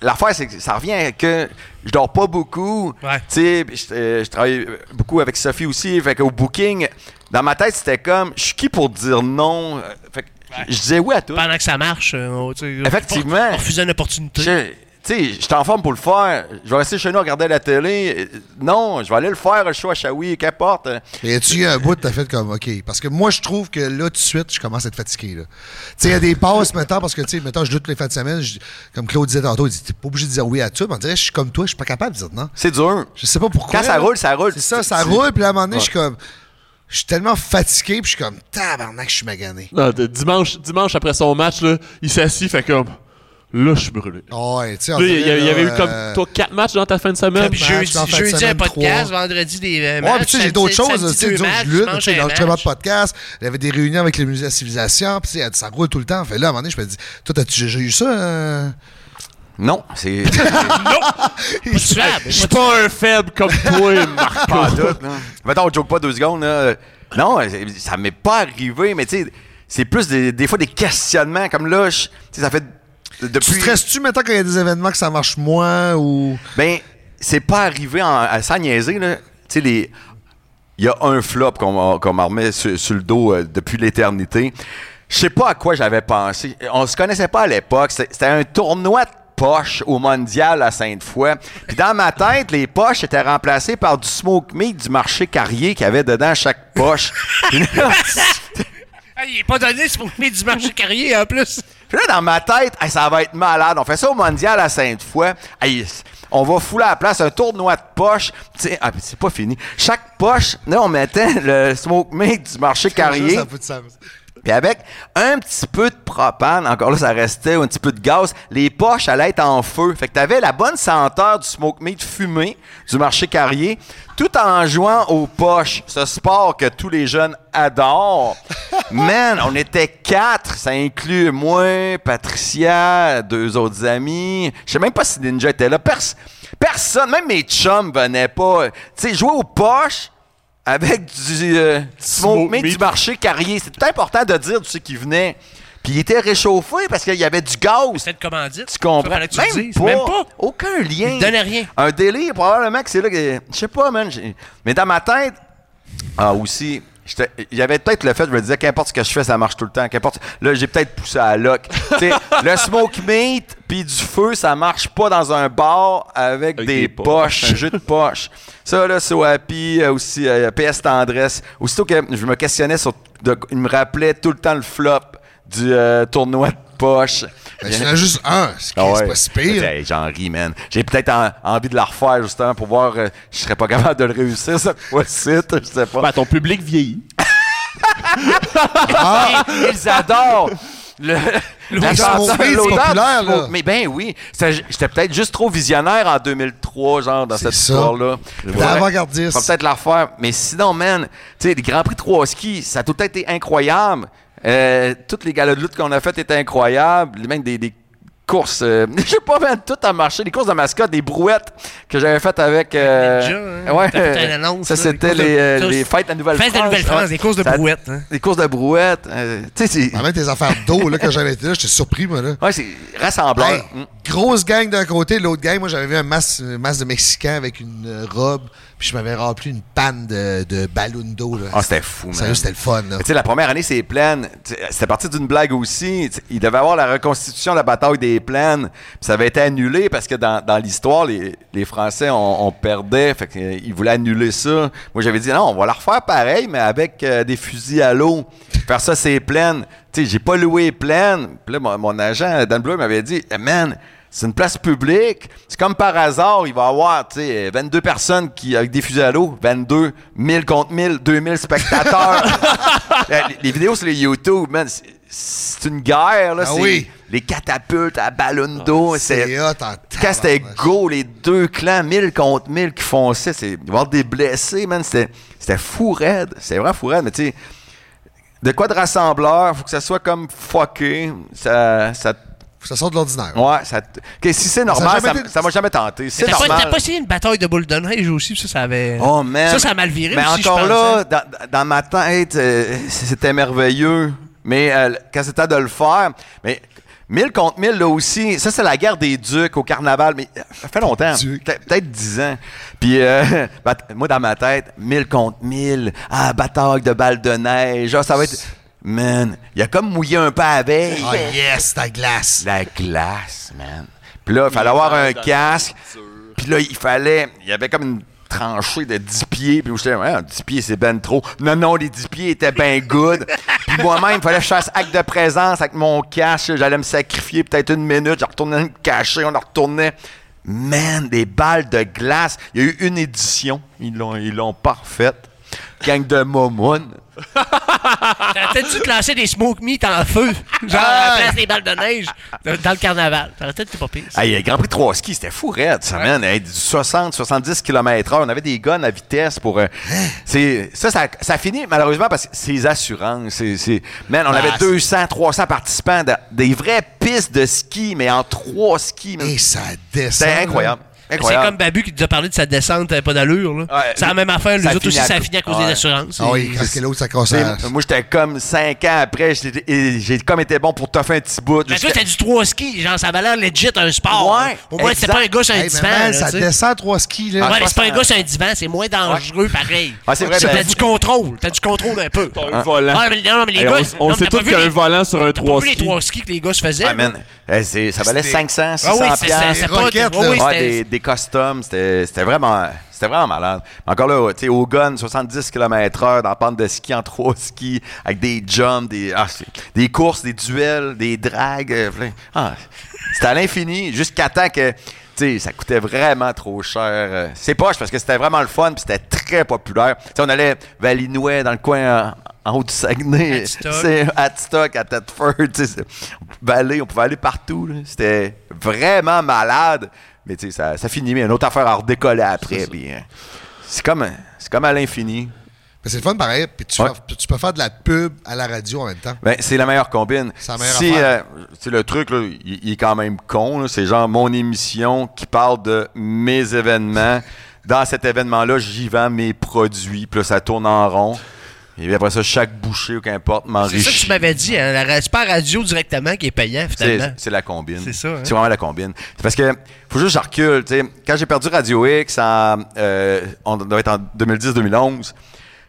K: l'affaire, c'est que ça revient à que je dors pas beaucoup.
A: Ouais.
K: Tu sais, puis je, euh, je travaille euh, beaucoup avec Sophie aussi. Fait qu'au booking, dans ma tête, c'était comme, je suis qui pour dire non? Euh, Fait que je disais oui à tout.
A: Pendant que ça marche, euh, on, tu sais,
K: Effectivement.
A: on refusait une opportunité.
K: Je- Tu sais, je suis en forme pour le faire. Je vais rester chez nous à regarder la télé. Euh, Non, je vais aller le faire, le show à Shawi, qu'importe.
B: Et tu eu un bout, t'as fait comme, OK. Parce que moi, je trouve que là, tout de suite, je commence à être fatigué. là. Tu sais, il y a des passes maintenant, parce que, tu sais, maintenant, je doute les fins de semaine. je- comme Claude disait tantôt, il dit, t'es pas obligé de dire oui à tout. Mais on dirait, je suis comme toi, je suis pas capable de dire non.
K: C'est dur.
B: Je sais pas pourquoi.
K: Quand ça
B: là.
K: roule, ça roule.
B: C'est ça, ça
K: Tu-
B: roule. Puis à un moment donné, je suis comme, je suis tellement fatigué, puis je suis comme, tabarnak, je suis magané.
C: Non, de- dimanche, dimanche après son match, là, il s'assit, fait comme. Là, je suis brûlé.
B: Ouais, tu sais, on
C: Là, il y,
B: dirait,
C: a- il y
B: là,
C: avait eu comme
B: euh,
C: toi quatre matchs dans ta fin de semaine.
A: Puis jeudi,
B: match, en fin de
A: jeudi un
B: semaine,
A: podcast, vendredi des euh,
B: Ouais,
A: matchs,
B: puis tu sais, j'ai
A: samedi-
B: d'autres choses,
A: samedi,
B: tu sais,
A: deux
B: disons,
A: matchs,
B: je lutte, tu
A: dimanche,
B: sais,
A: un
B: l'enregistrement de
A: match.
B: podcast, il y avait des réunions avec les musées de la civilisation, puis tu sais, ça roule tout le temps. Fait là, à un moment donné, je me dis, toi, t'as-tu déjà eu ça? euh?
K: Non, c'est.
A: Pas de suave,
C: Je
A: pas
C: suis
A: de-
C: pas un faible comme toi, Marc.
K: pas en doute, là. Mettons, on joke pas deux secondes, là. Non, c'est- ça m'est pas arrivé, mais tu sais, c'est plus des, des fois des questionnements. Comme là, je- tu sais, ça fait. de-
B: Tu
K: Depuis.
B: stresses-tu maintenant quand il y a des événements que ça marche moins ou.
K: Ben, c'est pas arrivé en, à- sans niaiser, là. Tu sais, les. Il Il y a un flop qu'on m'a- qu'on m'a remis sur, sur le dos euh, depuis l'éternité. Je sais pas à quoi j'avais pensé. On se connaissait pas à l'époque. C'était c'était un tournoi de poche au mondial à Sainte-Foy. Puis dans ma tête, les poches étaient remplacées par du smoke meat du marché carrier qu'il y avait dedans chaque poche. Puis là,
A: Ah, il est pas donné ce premier du marché carrier en plus.
K: Puis là, dans ma tête, hey, ça va être malade. On fait ça au mondial à Sainte-Foy. Hey, on va fouler à la place un tournoi de poche. Tu sais, ah, puis c'est pas fini. Chaque poche, là, on mettait le smoke meat du marché carrier.
B: Ça a pas de sens.
K: Puis avec un petit peu de propane, encore là, ça restait, ou un petit peu de gaz, les poches allaient être en feu. Fait que t'avais la bonne senteur du smoke meat fumé du marché carrier, tout en jouant aux poches, ce sport que tous les jeunes adorent. Man, on était quatre, ça inclut moi, Patricia, deux autres amis. Je sais même pas si Ninja était là. Pers- personne, même mes chums venaient pas. Tu sais, jouer aux poches, avec du euh, smoke meat du marché carrier. C'est tout important de dire tu sais qui venait. Puis il était réchauffé parce qu'il y avait du gaz.
A: Peut-être comment dire.
K: Tu comprends?
A: fallait que tu le dises. Même pas.
K: Aucun lien.
A: Il donnait rien.
K: Un délire, probablement que c'est là que. Je sais pas, man. j'ai- Mais dans ma tête, ah, aussi. j'étais- Il y avait peut-être le fait, je me disais, qu'importe ce que je fais, ça marche tout le temps. Qu'importe. Là, j'ai peut-être poussé à la loc. Tu sais, le smoke meat puis du feu, ça marche pas dans un bar avec, des,
C: des
K: poches, un jeu de poche. Ça, là, so happy, euh, aussi euh, PS Tendresse. Aussitôt que je me questionnais sur. de- il me rappelait tout le temps le flop du euh, tournoi de poche.
B: Ben, il y en a juste un, ce qui
K: Ah
B: est- c'est pas si pire.
K: Hey, J'en ris, man. J'ai peut-être en- envie de la refaire, justement, pour voir. euh, je serais pas capable de le réussir, cette fois-ci. Je sais pas.
C: ton public vieillit.
K: Ah, ils adorent le, la
B: Louis
K: chanson,
B: Smoke Meat, c'est
K: l'odeur du
B: populaire,
K: smoke-
B: là.
K: Mais ben oui, Ça, j- j'étais peut-être juste trop visionnaire en 2003, genre, dans cette
B: ça.
K: histoire-là.
B: T'es
K: Faudrait-
B: avant-gardiste.
K: faudrait peut-être la refaire. Mais sinon, man, tu sais, les Grands Prix 3 ski, ça a tout le temps été incroyable. Euh, toutes les galas de lutte qu'on a faites étaient incroyables. Même des, des courses, euh, je sais pas, man, tout a marché. Les courses de mascotte, des brouettes que j'avais faites avec... euh,
A: Ninja, hein.
K: ouais,
A: T'as fait une annonce,
K: ça,
A: là, les
K: c'était
A: courses de-
K: les, euh,
A: ça,
K: les
A: c'est-
K: fêtes de la Nouvelle-France.
A: Faites de la Nouvelle-France,
K: Ouais.
A: des courses de
K: Ça-
A: brouettes, hein.
K: des courses de brouettes. euh, tu sais, c'est.
B: En même tes affaires d'eau, là, quand j'avais été là, j'étais surpris, moi, là.
K: Ouais, c'est rassembleur.
B: Hey,
K: Mm.
B: grosse gang d'un côté, l'autre gang, moi, j'avais vu un masse, un masse de Mexicains avec une euh, robe, puis je m'avais rempli une panne de, de ballon d'eau, là.
K: Ah, c'était fou, man.
B: Sérieux, c'était le fun, là.
K: Mais Tu sais, la première année, c'est les plaines. Tu sais, C'était parti d'une blague aussi. Tu sais, Il devait avoir la reconstitution de la bataille des plaines. Puis ça avait été annulé parce que dans, dans l'histoire, les, les Français, on, on perdait. Fait que, euh, ils voulaient annuler ça. Moi, j'avais dit, non, on va la refaire pareil, mais avec euh, des fusils à l'eau. Faire ça, c'est les plaines. Tu sais, j'ai pas loué les plaines. Puis là, mon, mon agent, Dan Bleu, m'avait dit, Eh, man, c'est une place publique. C'est comme par hasard, il va y avoir tu sais, 22 personnes qui, avec des fusils à l'eau, 22, 1000 contre 1000, 2000 spectateurs. La- Euh, les, les vidéos sur les YouTube, man, c'est- c'est une guerre. Là,
B: Ah
K: c'est
B: oui. Ah,
K: Les catapultes à ballon d'eau. c'est
B: C'est hot en
K: quand c'était
B: tabarnak.
K: go, les deux clans, 1000 contre 1000 qui fonçaient, c'est il va y avoir des blessés, man. C'était c'était fou raide. C'était vraiment fou raide, mais tu sais, de quoi de rassembleur, faut que ça soit comme fucké. Ça. ça
B: Faut que Ça sort de l'ordinaire.
K: ouais, ça. que si c'est normal,
B: jamais
K: ça
B: été-
K: ça m'a jamais tenté. C'est
A: T'as pas,
K: normal.
A: t'as pas essayé une bataille de boules de neige aussi, puis ça, ça avait.
K: Oh man.
A: Ça, ça a mal viré
K: Mais
A: aussi, je
K: encore
A: pense,
K: là,
A: hein.
K: dans, dans ma tête, euh, c'était merveilleux. Mais euh, quand c'était de le faire, mais 1000 contre 1000 là aussi, ça c'est la guerre des ducs au carnaval, mais euh, ça fait longtemps, Pe-
B: Ducs.
K: peut-être 10 ans. Puis euh, bat- moi dans ma tête, 1000 contre 1000, ah bataille de balles de neige, ah, ça va être man, il a comme mouillé un pas avec.
B: Ah, yes, ta glace.
K: La glace, man. Puis là, il fallait avoir un casque. Puis là, il fallait. Il y avait comme une tranchée de 10 pieds. Puis j'étais, ouais, 10 pieds, c'est ben trop. Non, non, les 10 pieds étaient ben good. Puis moi-même, il fallait que je fasse acte de présence avec mon casque. J'allais me sacrifier peut-être une minute. Je retournais me cacher. On en retournait. Man, des balles de glace. Il y a eu une édition. Ils l'ont, ils l'ont parfaite. Gang de momounes.
A: T'aurais-tu de lancer des smoke meat en feu, genre à la place des balles de neige, dans dans le carnaval? T'aurais peut-être été pas pire. ça.
K: Hey, le Grand Prix 3 ski, c'était fou, raide, ça, man. Hey, du 60, 70 km/h. On avait des guns à vitesse pour. euh, c'est, ça, ça, ça finit, malheureusement, parce que c'est les assurances. C'est, c'est- man, on
B: Ah,
K: avait
B: c'est-
K: 200, 300 participants, dans des vraies pistes de ski, mais en trois skis, man.
B: Et ça descend.
K: C'était incroyable.
B: là.
A: C'est
K: Incroyable.
A: comme Babu qui nous a parlé de sa descente euh, pas d'allure. là.
K: Ouais,
A: c'est la même affaire. Les
K: ça
A: autres aussi,
K: finit à
A: ça a
K: cou-
A: fini à cause
K: ouais.
A: des assurances.
B: Ah oui, parce que l'autre, ça casse à-
K: Moi, j'étais comme cinq ans après, j'étais- et j'ai comme été bon pour toffer un petit bout.
A: Mais toi,
K: Jusqu'à-
A: t'as du trois ski, genre ça valait legit un sport.
K: Ouais,
A: là. Au moins, c'est
K: exact.
A: pas un gars sur un
K: Hey, mais
A: divan. là,
K: man, ça
A: tu sais.
B: descend trois skis, là.
A: Ouais,
K: Ah,
A: mais c'est pas un
K: ça-
A: gars sur un divan, c'est moins dangereux pareil.
K: Ah, c'est vrai,
A: T'as
K: ben-
A: du contrôle, t'as du contrôle un peu.
C: Un volant.
A: Ah, mais, non, mais les
C: Hey,
A: gars,
C: on on
A: non,
C: sait
A: mais t'as
C: tous
A: pas vu
C: qu'il y a
A: les-
C: un volant sur un
A: T'as pas
C: 3
A: vu les
C: ski.
A: trois skis que les gars se faisaient?
K: Ah, man. Eh, c'est- ça valait
B: C'était-
K: 500,
A: Ah
K: 600
A: oui, c'est- c'est- c'est
K: piastres.
A: pas-
B: roquettes,
A: oui,
B: là.
A: oui,
K: Ouais,
A: c'était-
K: des, des customs, c'était c'était vraiment, c'était vraiment malade. Encore là, tu sais, au gun, 70 km/h dans la pente de ski en trois skis, avec des jumps, des, ah, c'est- des courses, des duels, des dragues. euh, plein- Ah, c'était à l'infini, jusqu'à temps que tu sais, ça coûtait vraiment trop cher. euh, C'est poche parce que c'était vraiment le fun, puis c'était très populaire. Tu sais, on allait Valinouet dans le coin en, en haut du Saguenay,
A: Hadstock.
K: C'est- à Stock, à Thetford. tu sais, c'est- On pouvait aller, on pouvait aller partout. là. C'était vraiment malade. Mais tu sais, ça, ça finit, mais une autre affaire à redécoller après. puis, euh, C'est comme, c'est comme à l'infini.
B: Mais c'est le fun pareil. Puis tu,
K: Ouais.
B: fais- tu peux faire de la pub à la radio en même temps.
K: Ben, c'est la meilleure combine.
B: C'est la meilleure
K: si,
B: affaire.
K: euh, tu sais, le truc, là, il, il est quand même con. là. C'est genre mon émission qui parle de mes événements. Dans cet événement-là, j'y vends mes produits. Puis là, ça tourne en rond. Et après ça, chaque bouchée ou qu'importe
A: C'est
K: m'enrichit.
A: ça que tu m'avais dit, hein, la ra- c'est pas la radio directement qui est payant finalement.
K: C'est- C'est la combine.
A: C'est ça, hein?
K: C'est vraiment la combine. C'est parce que, faut juste que je recule. tu sais. Quand j'ai perdu Radio X, en, euh, on devait être en 2010-2011,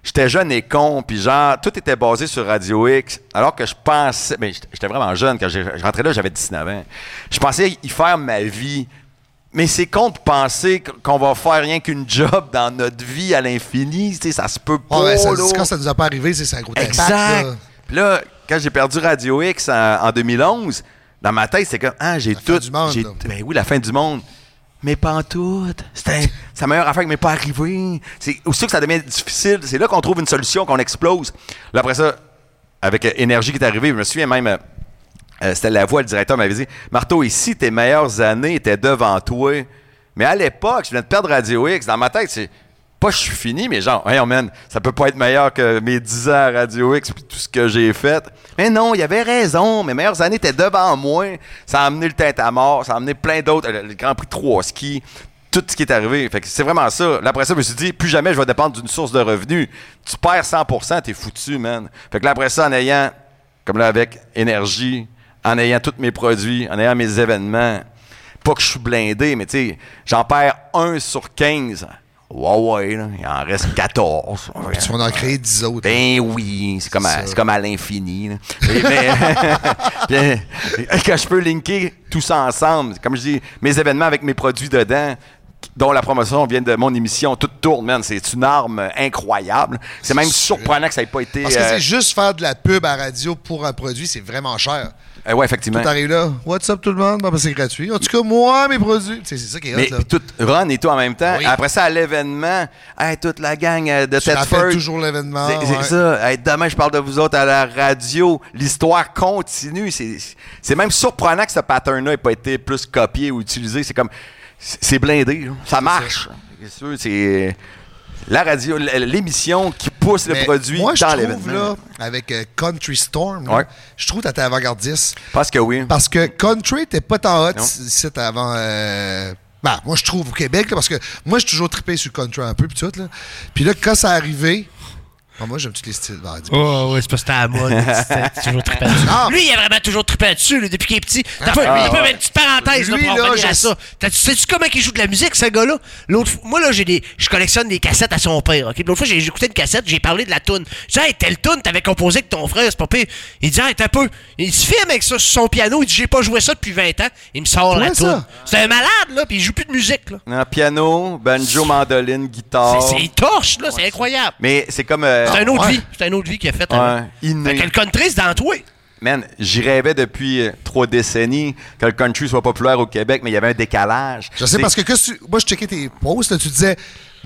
K: j'étais jeune et con, puis genre, tout était basé sur Radio X, alors que je pensais, mais j'étais j'étais vraiment jeune, quand j'ai- je rentrais là, j'avais 19 ans. Je pensais y faire ma vie. Mais c'est con de penser qu- qu'on va faire rien qu'une job dans notre vie à l'infini, tu sais, ça se peut pas.
B: Ah ouais, ça,
K: là.
B: quand ça nous a pas arrivé, c'est ça gros impact,
K: Exact.
B: là.
K: Puis là, quand j'ai perdu Radio X en, en 2011, dans ma tête, c'est comme Ah, j'ai tout.
B: du monde,
K: j'ai-
B: là.
K: Ben oui, la fin du monde. Mais pas en tout. C'était sa meilleure affaire qui m'est pas arrivée. C'est aussi que ça devient difficile. C'est là qu'on trouve une solution, qu'on explose. Là, après ça, avec euh, énergie qui est arrivée, je me souviens même. euh, euh, c'était la voix, le directeur m'avait dit Marteau, ici, tes meilleures années étaient devant toi. Mais à l'époque, je venais de perdre Radio X. Dans ma tête, c'est pas je suis fini, mais genre, hey, man, ça peut pas être meilleur que mes 10 ans à Radio X puis tout ce que j'ai fait. Mais non, il avait raison. Mes meilleures années étaient devant moi. Ça a amené le teint à mort, ça a amené plein d'autres, euh, le, le Grand Prix 3 ski. Tout ce qui est arrivé. Fait que c'est vraiment ça. Là, après ça, je me suis dit, plus jamais je vais dépendre d'une source de revenus. Tu perds 100%, t'es foutu, man. Fait que là, après ça, en ayant comme là avec énergie, en ayant tous mes produits, en ayant mes événements. Pas que je suis blindé, mais tu sais, j'en perds 1 sur 15. Ouais, ouais, là, il en reste 14.
B: Puis Ah, tu vas en créer 10 autres.
K: Ben oui, c'est comme, à-
B: ça.
K: c'est comme à l'infini. là. Et- Mais, puis, quand je peux linker tout ça ensemble, comme je dis, mes événements avec mes produits dedans, dont la promotion vient de mon émission, tout tourne, man. C'est une arme incroyable. C'est même
B: sûr.
K: surprenant que ça n'ait pas été.
B: Parce que
K: euh,
B: c'est juste faire de la pub à radio pour un produit, c'est vraiment cher.
K: euh, ouais, effectivement.
B: Tu T'arrives là, what's up tout le monde? Bon, ben, c'est gratuit. En tout cas, moi, mes produits. Tu sais, C'est ça qui est
K: Mais
B: hot, là.
K: puis tout Ron et tout en même temps.
B: Oui.
K: Après ça, à l'événement, hey, toute la gang euh, de
B: Tu
K: Thetford.
B: rappelles toujours l'événement.
K: C'est c'est
B: ouais.
K: ça. Hey, demain, je parle de vous autres à la radio. L'histoire continue. C'est c'est même surprenant que ce pattern-là n'ait pas été plus copié ou utilisé. C'est comme. C'est c'est blindé. là. Ça marche. Qu'est-ce que tu veux, C'est la radio, l- l'émission qui pousse le
B: Mais
K: produit
B: moi, je
K: dans
B: trouve,
K: l'événement.
B: là, avec euh, Country Storm, là,
K: Ouais.
B: je trouve que t'étais avant-gardiste.
K: Parce que oui.
B: Parce que Country, t'es pas tant hot
K: Non.
B: si si t'es avant. euh, ben, moi, je trouve au Québec, là, parce que moi, je suis toujours trippé sur Country un peu, pis tout, là. Puis là, quand ça arrivé. bon, moi, j'aime tous les styles. Ben, dis-
A: Oh, ouais, c'est parce que t'es à la mode. t'es- t'es toujours trippé dessus.
B: Non.
A: Lui, il a vraiment toujours trippé dessus là, depuis qu'il est petit. T'as pas,
K: ah,
A: t'as pas
K: ouais.
A: une petite parenthèse là,
B: Lui,
A: pour
B: là,
A: revenir
B: je-
A: à ça. T'as- tu Sais-tu comment il joue de la musique, ce gars-là? L'autre fois- moi, là, j'ai des, je collectionne des cassettes à son père. ok? Puis L'autre fois, j'ai écouté une cassette, j'ai parlé de la toune. J'ai dit, hey, telle toune, t'avais composé avec ton frère, c'est pas pire. Il dit, hey, t'as peu. Il se filme avec ça sur son piano. Il dit, j'ai pas joué ça depuis 20 ans. Il me sort la
B: Ouais, ça.
A: toune. C'est un malade, là, puis il joue plus de musique, là.
K: Non, piano, banjo, mandoline, guitare.
A: C'est- C'est torche, là, c'est incroyable.
K: Mais c'est comme. euh,
A: C'est un autre
B: Ah, ouais.
A: vie. C'est un autre vie qu'il a faite.
K: Ouais,
A: avant.
K: inné.
A: Fait que le country, c'est dans toi.
K: Man, j'y rêvais depuis euh, trois décennies que le country soit populaire au Québec, mais il y avait un décalage.
B: Je sais
K: C'est-
B: parce que, que tu- moi, je checkais tes posts, là, tu disais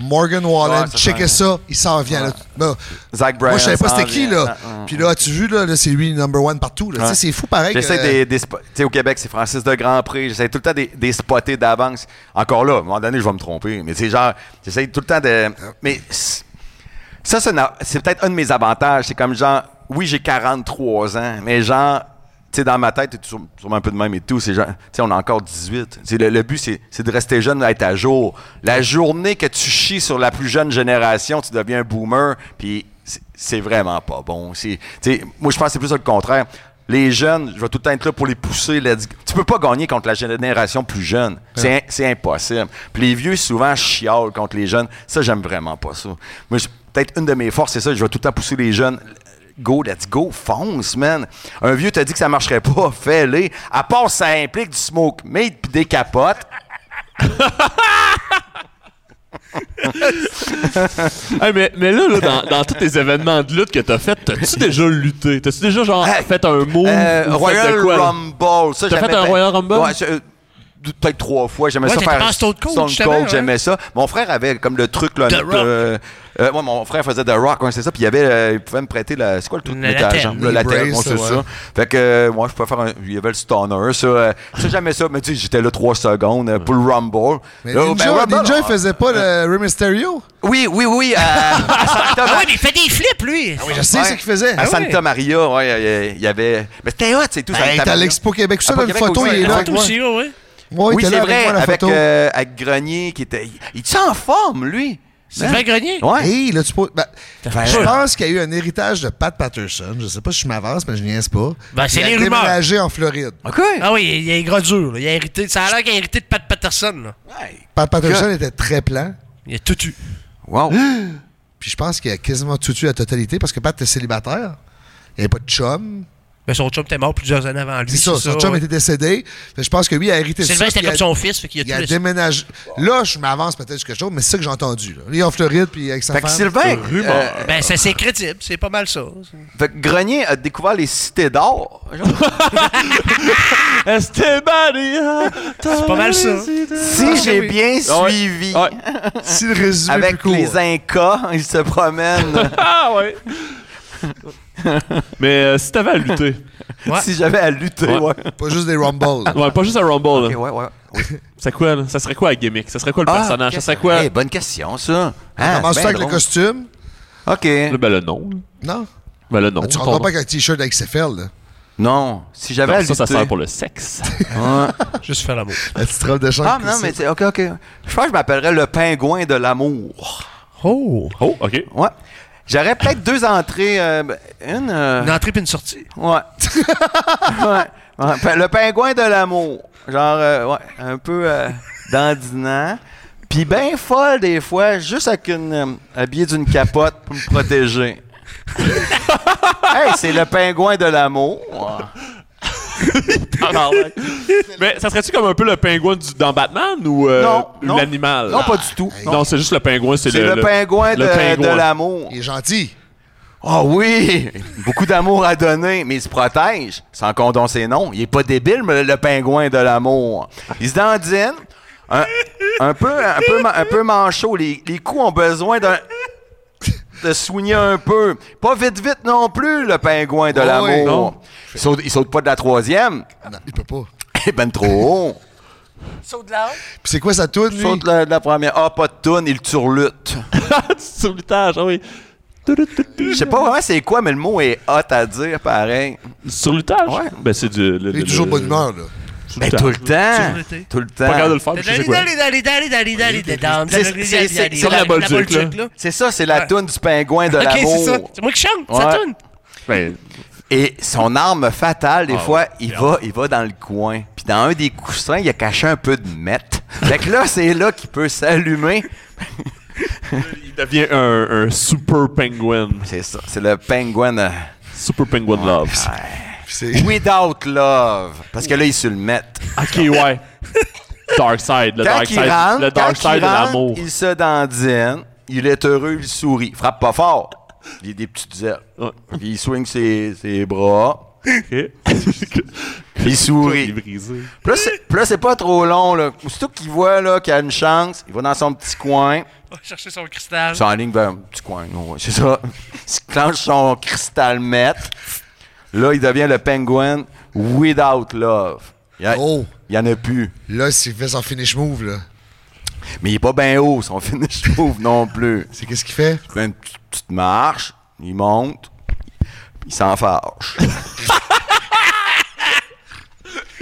B: Morgan Wallen,
K: Ouais, ça
B: checkais
K: s'en
B: ça, il s'en vient. là. Ben,
K: Zach
B: moi, je savais
K: Bryan
B: pas
K: s'en
B: c'était qui,
K: vient,
B: là.
K: hein, hein,
B: Puis là, tu vu, là, là, c'est lui, number one partout. là. Tu sais,
K: Ouais.
B: C'est fou, pareil. que-
K: J'essaie des, des spo- tu sais, au Québec, c'est Francis de Grandpré. J'essaie tout le temps des, des spotter d'avance. Encore là, à un moment donné, je vais me tromper. Mais c'est genre, j'essaie tout le temps de. Mais c- ça, c'est, na- c'est peut-être un de mes avantages. C'est comme genre, oui, j'ai 43 ans, mais genre, tu sais, dans ma tête, c'est sûrement un peu de même et tout. C'est genre, tu sais, on a encore 18. Tu sais, Le, le but, c'est c'est de rester jeune, d'être à jour. La journée que tu chies sur la plus jeune génération, tu deviens un boomer, puis c'est- c'est vraiment pas bon. C'est- tu sais, Moi, je pense que c'est plus le contraire. Les jeunes, je vais tout le temps être là pour les pousser. là, dis- tu peux pas gagner contre la génération plus jeune. C'est in- C'est impossible. Puis les vieux, souvent, chiolent contre les jeunes. Ça, j'aime vraiment pas ça. Moi, je- peut-être une de mes forces, c'est ça. Je vais tout le temps pousser les jeunes. Go, let's go, fonce, man. Un vieux t'a dit que ça marcherait pas, fais-le. À part, ça implique du smoke meat puis des capotes.
C: Hey, mais, mais là, là, dans, dans tous tes événements de lutte que t'as fait, t'as-tu déjà lutté? T'as-tu déjà genre fait un move?
K: Euh,
C: ou fait de
K: Royal
C: quoi, là?
K: Rumble. ça,
C: T'as
K: j'aimais
C: fait un
K: bien.
C: Royal Rumble?
K: Ouais, je- euh, peut-être trois fois. J'aimais
C: Ouais,
K: ça
C: t'étais
K: faire
C: pas à Stone Cold, justement,
K: Cold,
C: ouais.
K: j'aimais ça. Mon frère avait comme le truc là.
C: The
K: notre,
C: Rock.
K: euh, euh, ouais, mon frère faisait de rock, ouais, c'est ça. Puis il y avait, euh, il pouvait me prêter la, c'est quoi le truc de
C: Le
K: mettre à la
C: latel.
K: jambe, Le
C: Knee
K: latel,
C: brace,
K: bon, c'est
C: ouais.
K: ça. Fait que euh, moi, je pouvais faire un. Il y avait le stunner, ça. euh, ça j'aimais ça, mais tu sais, j'étais là trois secondes euh, pour le Rumble.
B: Mais
K: Là,
B: Ninja,
K: ben, Rumble,
B: Ninja, il
K: on-
B: faisait pas le Rey Mysterio?
K: Oui, oui, oui. euh,
A: Ah ouais, mais il fait des flips, lui. Ah
B: oui, je sais ce qu'il faisait.
C: Ah
K: À Santa Maria, ouais, il y avait. Mais c'était hot, c'est tout.
B: Ben,
K: Santa
B: il était à
K: Maria.
B: l'Expo Québec. Ça,
K: Ah, pas
B: une
K: Québec
B: photo,
K: aussi.
B: il est là.
K: La
B: avec
K: photo
B: moi.
K: aussi,
A: ouais.
B: Ouais, Oh, il
K: oui,
B: était
K: c'est
B: là avec
K: vrai,
B: moi, la
K: avec,
B: photo.
K: euh, avec Grenier qui était. Il était en forme, lui. Hein? Ouais.
B: Hey, là, tu peux- ben,
K: fait
B: je
K: peur.
B: pense qu'il y a eu un héritage de Pat Patterson. Je sais pas si je m'avance, mais je niaise pas.
A: Ben, c'est
B: Il a
A: les rumeurs.
B: déménagé en Floride.
A: Ah oui, il, il est gros dur. là. Il a hérité, ça a l'air qu'il a hérité de Pat Patterson. Là.
B: Pat Patterson était très plan.
A: Il a tout eu.
K: Wow.
B: Puis je pense qu'il a quasiment tout eu à la totalité parce que Pat était célibataire. Il n'y avait pas de chum.
A: Mais son chum était mort plusieurs années avant lui.
B: C'est ça, son chum
A: ouais.
B: était décédé. Fait que je pense que lui, il a hérité
A: Sylvain,
B: ça.
A: c'était
B: puis il a-
A: comme son fils, fait qu'il a
B: Il
A: tout
B: a
A: laissé.
B: déménagé. Là, je m'avance peut-être sur quelque chose, mais c'est ça que j'ai entendu. Là. Il est en Floride, puis avec sa
K: Fait que
B: femme.
K: Sylvain, Rumeur. euh,
A: Ben, ça, c'est crédible. C'est pas mal ça.
K: Fait que Grenier a découvert les cités d'or.
A: C'est pas mal ça.
K: Si j'ai bien
C: Ah ouais.
K: suivi.
C: Ouais.
B: Si le résumé est
K: Avec
B: plus court.
K: les Incas, ils se promènent.
C: Ah ouais. Mais euh, si t'avais à lutter.
A: Ouais.
K: Si j'avais à lutter, ouais.
B: Pas juste des rumbles.
K: Ah,
C: Ouais, pas juste un Rumble. là.
K: ouais, ouais.
C: C'est quoi, là? Ça serait quoi la gimmick? Ça serait quoi le
K: Ah,
C: personnage? Ça
K: qu'est-ce-
C: serait quoi?
K: Eh, bonne question,
B: On
K: ça. Ah,
B: commence
K: ben
B: ça avec le
K: drôle.
B: costume.
K: OK.
C: Ben le nom. là.
B: Non.
C: Ben le nom.
B: Ah,
K: Ah,
B: tu
C: Ton
B: rentres
C: nom.
B: pas avec un t-shirt XFL, là.
K: Non, si j'avais à
C: Non,
K: lutter...
C: ça, ça sert pour le sexe.
K: Ouais.
A: Juste faire l'amour.
B: La petite robe de chambre.
K: Ah, mais non, mais c'est- OK, OK. Je pense que je m'appellerais le pingouin de l'amour.
A: Oh!
C: Oh, OK.
K: Ouais. J'aurais peut-être deux entrées. euh, ben, une. euh,
A: Une entrée puis une sortie.
K: ouais. ouais. Ouais. Pe- Le pingouin de l'amour. Genre, euh, ouais, un peu euh, dandinant. Puis ben folle des fois, juste avec une. euh, habillée d'une capote pour me protéger. hey, c'est le pingouin de l'amour.
C: Mais ça serait-tu comme un peu le pingouin du- dans Batman ou euh,
K: Non, non.
C: l'animal?
K: Non, pas du tout.
C: Non, c'est juste le pingouin. C'est
K: C'est
C: le,
K: le, pingouin de,
C: le pingouin.
K: de l'amour.
B: Il est gentil.
K: Ah oui! Beaucoup d'amour à donner, mais il se protège. Sans condoncer non. Il est pas débile, mais le pingouin de l'amour. Il se dandine. Un, un peu, un, peu, ma- un peu manchot. Les, les coups ont besoin d'un. de soigner un peu. Pas vite, vite non plus, le pingouin de
B: Oui,
K: l'amour.
B: non.
K: Il saute, il saute pas de la troisième.
B: Non, il peut pas.
K: Eh ben trop haut.
B: Puis c'est quoi sa toune,
K: Il
B: lui?
K: saute la- de la première. Ah, pas de toune, il turlute.
C: C'est sur le tâche, ah oui.
K: Je sais pas vraiment c'est quoi, mais le mot est hot à dire, pareil.
C: Sur le tâche?
K: Ouais.
C: Ben, c'est du. le-
B: Il est
C: le-
B: toujours
C: le-
B: bonne humeur, là.
C: sur
K: Ben,
C: le tâche.
K: tout le temps.
A: Turluté.
K: Tout le
C: Pas capable de
K: temps.
C: le faire, mais je sais quoi.
A: C'est
C: comme la Bolduc, là.
K: C'est ça, c'est la
A: Ouais.
K: toune du pingouin de
A: Ok, c'est ça.
K: l'amour.
A: C'est moi qui chante, ça
K: Ouais.
A: tourne.
C: Ben,
K: Et son arme fatale, des
C: Ah
K: fois,
C: ouais.
K: il va, il va dans le coin. Puis dans un des coussins, il a caché un peu de meth. Fait que là, c'est là qu'il peut s'allumer.
C: il devient un, un super pingouin.
K: C'est ça, c'est le pingouin euh,
C: Super pingouin loves.
B: Puis c'est...
K: without love. Parce que là, il est sur le meth.
C: Ok, ouais. Dark side, le
K: Quand
C: dark
K: il
C: side,
K: rentre,
C: le dark
K: quand
C: side
K: il
C: de l'amour.
K: rentre, il se dandine. Il est heureux, il sourit. Frappe pas fort. Il a des petites ailes.
C: Ouais.
K: Puis il swing ses, ses bras.
C: Ok.
K: Il sourit.
C: Il est brisé.
K: Puis là, c'est- puis là, c'est pas trop long. Là. Aussitôt qu'il voit là, qu'il a une chance, il va dans son petit coin.
A: On va chercher son cristal.
K: C'est en ligne vers un petit coin. là, ouais, c'est ça. Il se clenche son cristal mètre. Là, il devient le penguin without love. Il y, a-
B: Oh!
K: il y en a plus.
B: Là, s'il fait son finish move, là,
K: Mais il est pas bien haut, son finish move non plus.
B: c'est qu'est-ce qu'il fait?
K: Il fait une petite- petite marche, il monte, il s'en fâche.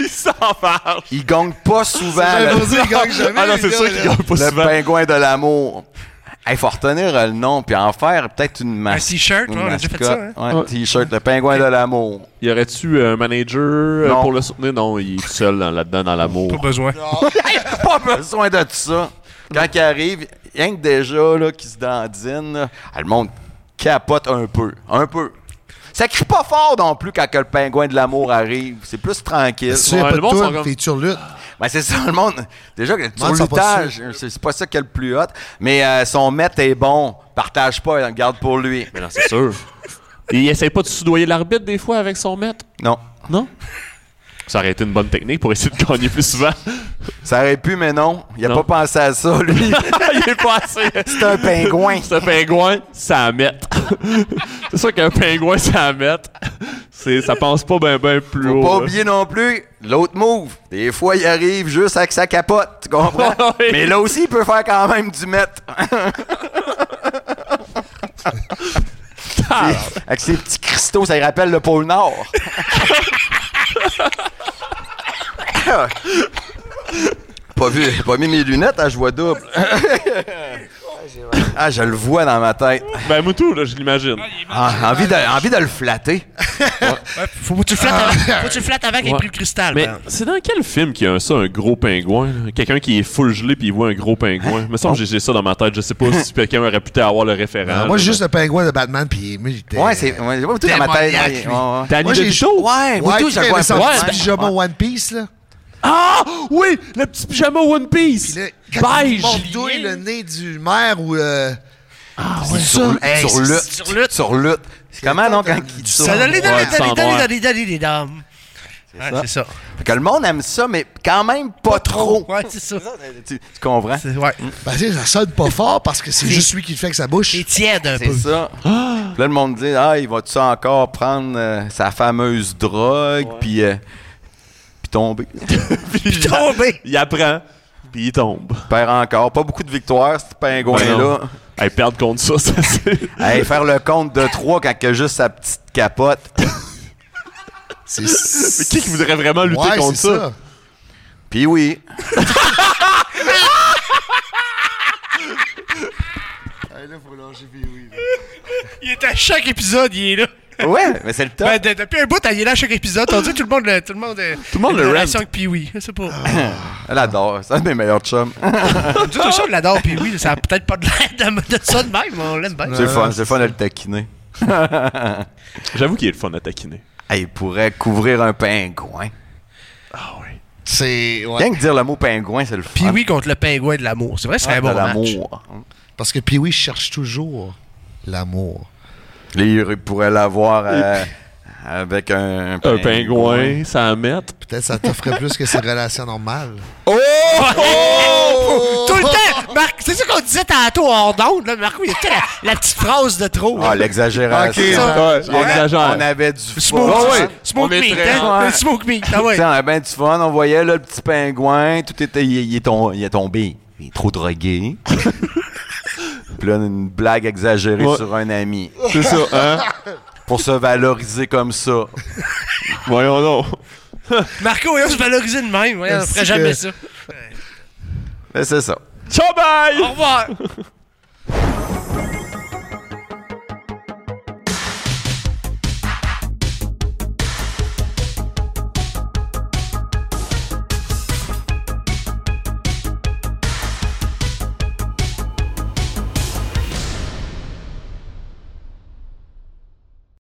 C: s'en fâche.
K: Il gagne pas souvent.
C: C'est
K: le-
C: bien dire, il gagne jamais,
K: Ah non,
C: les
K: c'est
C: gars,
K: sûr
C: là.
K: qu'il gagne pas
C: Le
K: souvent. Le pingouin de l'amour. Il faut retenir euh, le nom puis en faire peut-être une mascotte.
A: t-shirt,
K: une
A: ouais, on a déjà fait
K: mascotte.
A: ça, hein.
K: Ouais,
A: Ouais.
K: t-shirt, le pingouin de l'amour.
C: Y aurait-tu un manager euh,
K: Non.
C: pour le soutenir? Non, il est tout seul dans- là-dedans dans l'amour.
A: Pas besoin.
K: pas besoin de tout ça. Quand il arrive, rien que déjà là, qui se dandine, là, ah, le monde capote un peu. Un peu. Ça crie pas fort non plus quand que le pingouin de l'amour arrive. C'est plus tranquille.
B: Si y a pas de toile, t'es turlute.
K: Ben, c'est ça, le monde. Déjà, que le
B: monde sont pas
K: turlutage, c'est c'est pas ça qui est le plus hot. Mais euh, son maître est bon. Partage pas, il en garde pour lui.
C: Mais non, c'est sûr. Et il essaie pas de soudoyer l'arbitre des fois avec son maître?
K: Non.
C: Non? Ça aurait été une bonne technique pour essayer de gagner plus souvent.
K: Ça aurait pu, mais non. Il a pas pensé à ça, lui.
C: il est passé.
K: C'est un pingouin.
C: C'est un pingouin, ça à mettre. c'est sûr qu'un pingouin, ça à mettre. C'est, ça pense pas ben ben plus
K: Faut
C: haut.
K: pas
C: là.
K: oublier non plus l'autre move. Des fois, il arrive juste avec sa capote, tu comprends?
C: Oui.
K: Mais là aussi, il peut faire quand même du mètre.
C: Ah,
K: Puis, avec ses petits cristaux, ça lui rappelle le pôle Nord. pas vu, j'ai pas mis mes lunettes, hein, je vois double. ah, je le vois dans ma tête.
C: Ben Moutou, là, je l'imagine.
K: Ah, envie, de, envie de le flatter.
A: Faut que tu le flattes avant. Faut que tu le flattes avant qu'il y ait
C: Ouais.
A: plus de cristal.
C: Mais
A: ben.
C: c'est dans quel film qu'il y a un- ça, un gros pingouin? là? Quelqu'un qui est full gelé puis il voit un gros pingouin.
B: Hein?
C: Me semble que j'ai- j'ai ça dans ma tête. Je sais pas si quelqu'un aurait pu avoir le référent.
B: Oh. Ah,
C: là,
B: moi,
C: mais-
B: j'ai juste le pingouin de Batman, puis moi, j'étais.
K: Ouais, c'est. Ouais, j'ai pas tout dans ma tête.
B: démoniaque,
K: ouais,
B: lui.
K: ouais, ouais.
C: Danny
B: Moi, j'ai-
C: DeVito?
K: Ouais, moi, tout,
B: Ouais,
K: je
B: tu
K: le vois
B: avais
K: un peu.
B: sorti
K: Ouais,
B: le
K: ben,
B: pyjama One Piece, là.
C: Ah! Oui! Le petit pyjama One Piece!
B: Puis là, quand il
C: Beige!
B: mordouille le nez du maire ou. euh, Ah, ouais,
K: Sur,
B: Hey,
K: sur
B: c'est-
K: lutte.
B: c'est-
K: Sur lutte. Comment, non, quand il dit ça?
A: Ça donne les dents,
C: Ouais,
A: les
C: sans
A: dents, les dents,
C: voir.
A: les dents, les dents. Ouais,
K: ça.
A: C'est ça.
K: Fait que le monde aime ça, mais quand même pas, trop.
A: Ouais, c'est ça.
K: Tu, tu comprends?
A: C'est- Ouais.
B: Ben, tu sais, ça sonne pas fort parce que c'est juste lui qui le fait avec sa bouche.
A: C'est tiède un
K: C'est
A: peu.
K: ça. Puis là, le monde dit, ah, il va-tu encore prendre euh, sa fameuse drogue, puis, euh, puis tomber?
C: Puis il-
A: Tombé.
C: Il apprend, puis il tombe.
K: Perd encore. Pas beaucoup de victoires, ce
C: Ben
K: pingouin-là.
C: non. Hey, perdre contre ça, ça c'est...
K: Hey, faire le compte de trois quand il a juste sa petite capote.
B: C'est.
C: Mais qui qui voudrait vraiment lutter
B: Ouais,
C: contre
B: c'est
C: ça?
K: Puis oui.
A: Il est à chaque épisode, il est là.
K: Ouais, mais c'est le top.
A: Ben, de- depuis un bout, il est là à chaque épisode. On dit tout le monde, le- tout le monde. euh, Tout
C: le monde le rente.
A: relation avec Pee-Wee. Je sais pas.
K: Elle adore. C'est un de mes meilleurs chums.
A: Tout le monde l'adore, Pee-Wee. Ça a peut-être pas de l'air de, de ça de même, mais on l'aime bien.
K: C'est le fun, c'est le fun de le taquiner.
C: J'avoue qu'il est le fun à taquiner.
K: Hey, il pourrait couvrir un pingouin.
B: C'est. ouais.
K: Rien que dire le mot pingouin, c'est le fun.
A: Pee-Wee contre le pingouin de l'amour. C'est vrai, c'est un
K: de
A: bon match.
K: l'amour.
B: Parce que Pee-Wee cherche toujours l'amour.
K: Là, il pourrait l'avoir euh, avec un,
C: Un pingouin, ça à mettre.
B: Peut-être ça t'offrait plus que ses relations normales.
A: Oh!
K: Oh!
A: Tout le temps! Marc, c'est ça qu'on disait tantôt en d'onde, là. Marco, il y a peut-être la, la petite phrase de trop.
K: Ah, l'exagération.
B: Ok, ça.
C: Ouais,
K: on, a-
C: j'exagère.
K: on avait du fun.
A: Smoke,
K: Ah ouais.
A: smoke
C: on est
A: meat,
C: très-
A: hein?
K: ouais.
A: Le Smoke meat, ah ouais.
K: T'sais, on avait bien du fun. On voyait là, le petit pingouin. Tout était. Il, il est tom- il est tombé. Il est trop drogué. Puis là, une blague exagérée
C: Ouais.
K: sur un ami.
C: C'est ça, hein?
K: Pour se valoriser comme ça.
C: Voyons donc.
A: Marco, on se valorise de même. ouais, on
B: Est-ce
A: ferait jamais
B: que-
A: ça.
K: Mais c'est ça.
C: Ciao, bye!
A: Au revoir!